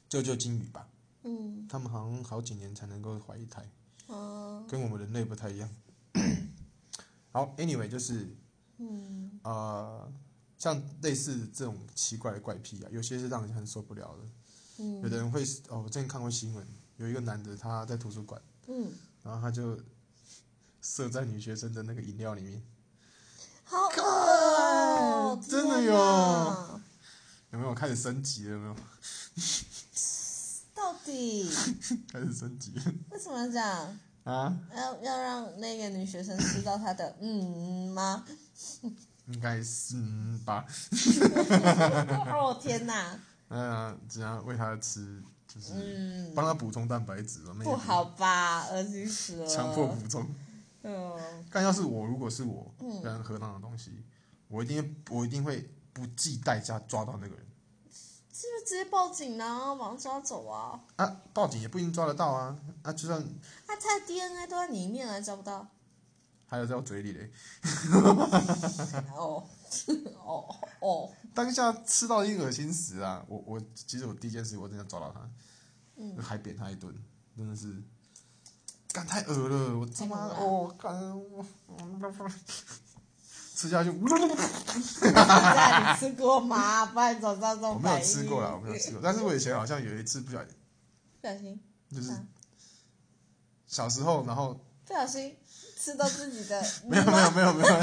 [SPEAKER 1] 救救金鱼吧，
[SPEAKER 2] 嗯
[SPEAKER 1] 他们好像好几年才能够怀一胎，
[SPEAKER 2] 啊，
[SPEAKER 1] 跟我们人类不太一样。 好，anyway，就是
[SPEAKER 2] 嗯
[SPEAKER 1] 呃，像类似这种奇怪的怪癖啊，有些是让人很受不了的。
[SPEAKER 2] 嗯
[SPEAKER 1] 有的人会哦，我之前看过新闻，有一个男的他在图书馆，
[SPEAKER 2] 嗯，
[SPEAKER 1] 然后他就 射在女学生的那个饮料里面，
[SPEAKER 2] 好恶哦，
[SPEAKER 1] 真的
[SPEAKER 2] 天
[SPEAKER 1] 有
[SPEAKER 2] 哪
[SPEAKER 1] 有没有开始升级了？有没有
[SPEAKER 2] 到 底
[SPEAKER 1] 开始升级了
[SPEAKER 2] 为什么要这样？
[SPEAKER 1] 啊？
[SPEAKER 2] 要要让那个女学生知道她的嗯 吗？
[SPEAKER 1] 应该是嗯吧，
[SPEAKER 2] 哦天哪，
[SPEAKER 1] 那只要喂它吃，就是
[SPEAKER 2] 嗯，
[SPEAKER 1] 帮它补充蛋白质嘛，那也
[SPEAKER 2] 不好吧，恶心死了。
[SPEAKER 1] 强迫补充。
[SPEAKER 2] 嗯
[SPEAKER 1] 但要是我，如果是我跟人喝那种东西，我一定我一定会不计代价抓到那个人
[SPEAKER 2] 是不是直接报警啊？马上抓走啊！
[SPEAKER 1] 啊！报警也不一定抓得到啊！啊，就算
[SPEAKER 2] 啊，他的 DNA 都在里面了，还抓不 到。
[SPEAKER 1] 还有在我嘴里嘞，
[SPEAKER 2] 哦哦哦，
[SPEAKER 1] 当下吃到一个恶心死啊！我我其实我第一件事我真的抓到他，
[SPEAKER 2] 嗯
[SPEAKER 1] 还扁他一顿，真的是，干太恶了！我他妈
[SPEAKER 2] 太恶了
[SPEAKER 1] 哦，干我，我吃下去，我
[SPEAKER 2] 那你吃过吗？不然早知道这种
[SPEAKER 1] 没有
[SPEAKER 2] 反应。
[SPEAKER 1] 吃过啦，我没有吃过，但是我以前好像有一次不小心，
[SPEAKER 2] 不小心，
[SPEAKER 1] 就是
[SPEAKER 2] 啊
[SPEAKER 1] 小时候，然后
[SPEAKER 2] 不小心吃到自己的。
[SPEAKER 1] 没有没有没有没有，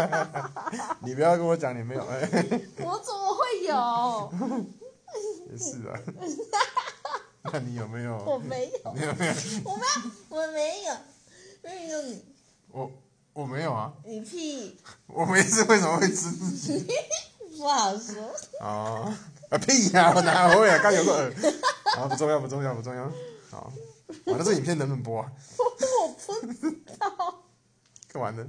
[SPEAKER 1] 你不要跟我讲你没有，哎，
[SPEAKER 2] 我怎么会有？
[SPEAKER 1] 也是啊， 那你有没
[SPEAKER 2] 我
[SPEAKER 1] 有？
[SPEAKER 2] 没有，
[SPEAKER 1] 没有没有，
[SPEAKER 2] 我没有，我没有，明明就你，
[SPEAKER 1] 我我没有啊，
[SPEAKER 2] 你屁，
[SPEAKER 1] 我没事，为什么会吃自己？
[SPEAKER 2] 不好说。
[SPEAKER 1] 哦，啊屁呀、我哪会啊？刚有个耳，啊不重要不重要不重要。好，完了这影片能不能播啊？
[SPEAKER 2] 我不知道。
[SPEAKER 1] 干完了。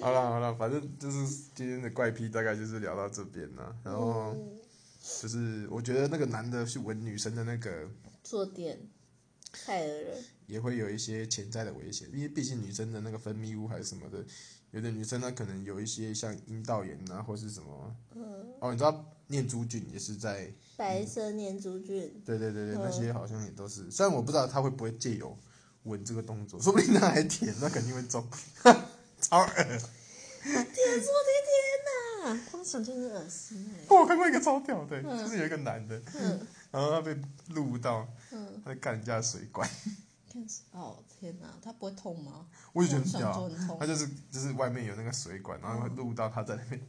[SPEAKER 1] 好了好了，反正就是今天的怪癖大概就是聊到这边了。然后就是我觉得那个男的去闻女生的那个
[SPEAKER 2] 坐垫，害的人。
[SPEAKER 1] 也会有一些潜在的危险，因为毕竟女生的那个分泌物还是什么的，有的女生她可能有一些像阴道炎啊，或是什么，哦，你知道念珠菌也是在，
[SPEAKER 2] 白色念珠菌，
[SPEAKER 1] 对对对对，
[SPEAKER 2] 嗯
[SPEAKER 1] 那些好像也都是，虽然我不知道她会不会借由吻这个动作，说不定那还舔，那肯定会中， 超恶。
[SPEAKER 2] 啊，光想就是恶心哎、
[SPEAKER 1] 我看过一个超屌的，就是有一个男的，
[SPEAKER 2] 嗯
[SPEAKER 1] 然后他被录到，
[SPEAKER 2] 嗯，
[SPEAKER 1] 他在干人家的水管，
[SPEAKER 2] 看是哦，天哪，它不会痛吗？
[SPEAKER 1] 我也觉得很
[SPEAKER 2] 想
[SPEAKER 1] 屌
[SPEAKER 2] 说
[SPEAKER 1] 啊。
[SPEAKER 2] 很痛
[SPEAKER 1] 他，就是就是外面有那个水
[SPEAKER 2] 嗯
[SPEAKER 1] 管，然后会录到他在那边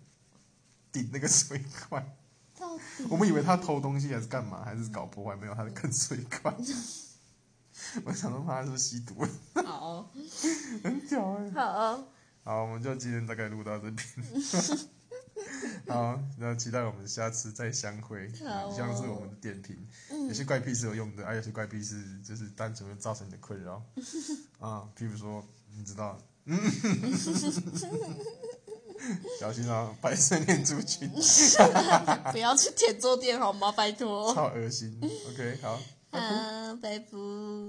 [SPEAKER 1] 顶那个水管。
[SPEAKER 2] 到底
[SPEAKER 1] 我们以为他偷东西还是干嘛，还是搞破坏，没有，他在啃水管。 我想说他是不是吸毒了，
[SPEAKER 2] 好哦
[SPEAKER 1] 很屌哎、
[SPEAKER 2] 好哦，
[SPEAKER 1] 好，我们就今天大概录到 这边。好，然后期待我们下次再相会。
[SPEAKER 2] 好哦嗯
[SPEAKER 1] 以上是我们的点评，有些怪癖是有用的，啊而有些怪癖是就是单纯会造成你的困 扰。啊，譬如说，你知道， 嗯，小心啊，白色念珠 菌，啊
[SPEAKER 2] 不要去舔坐垫好吗？拜托，
[SPEAKER 1] 超恶心。OK，好，拜拜。
[SPEAKER 2] 啊，拜拜。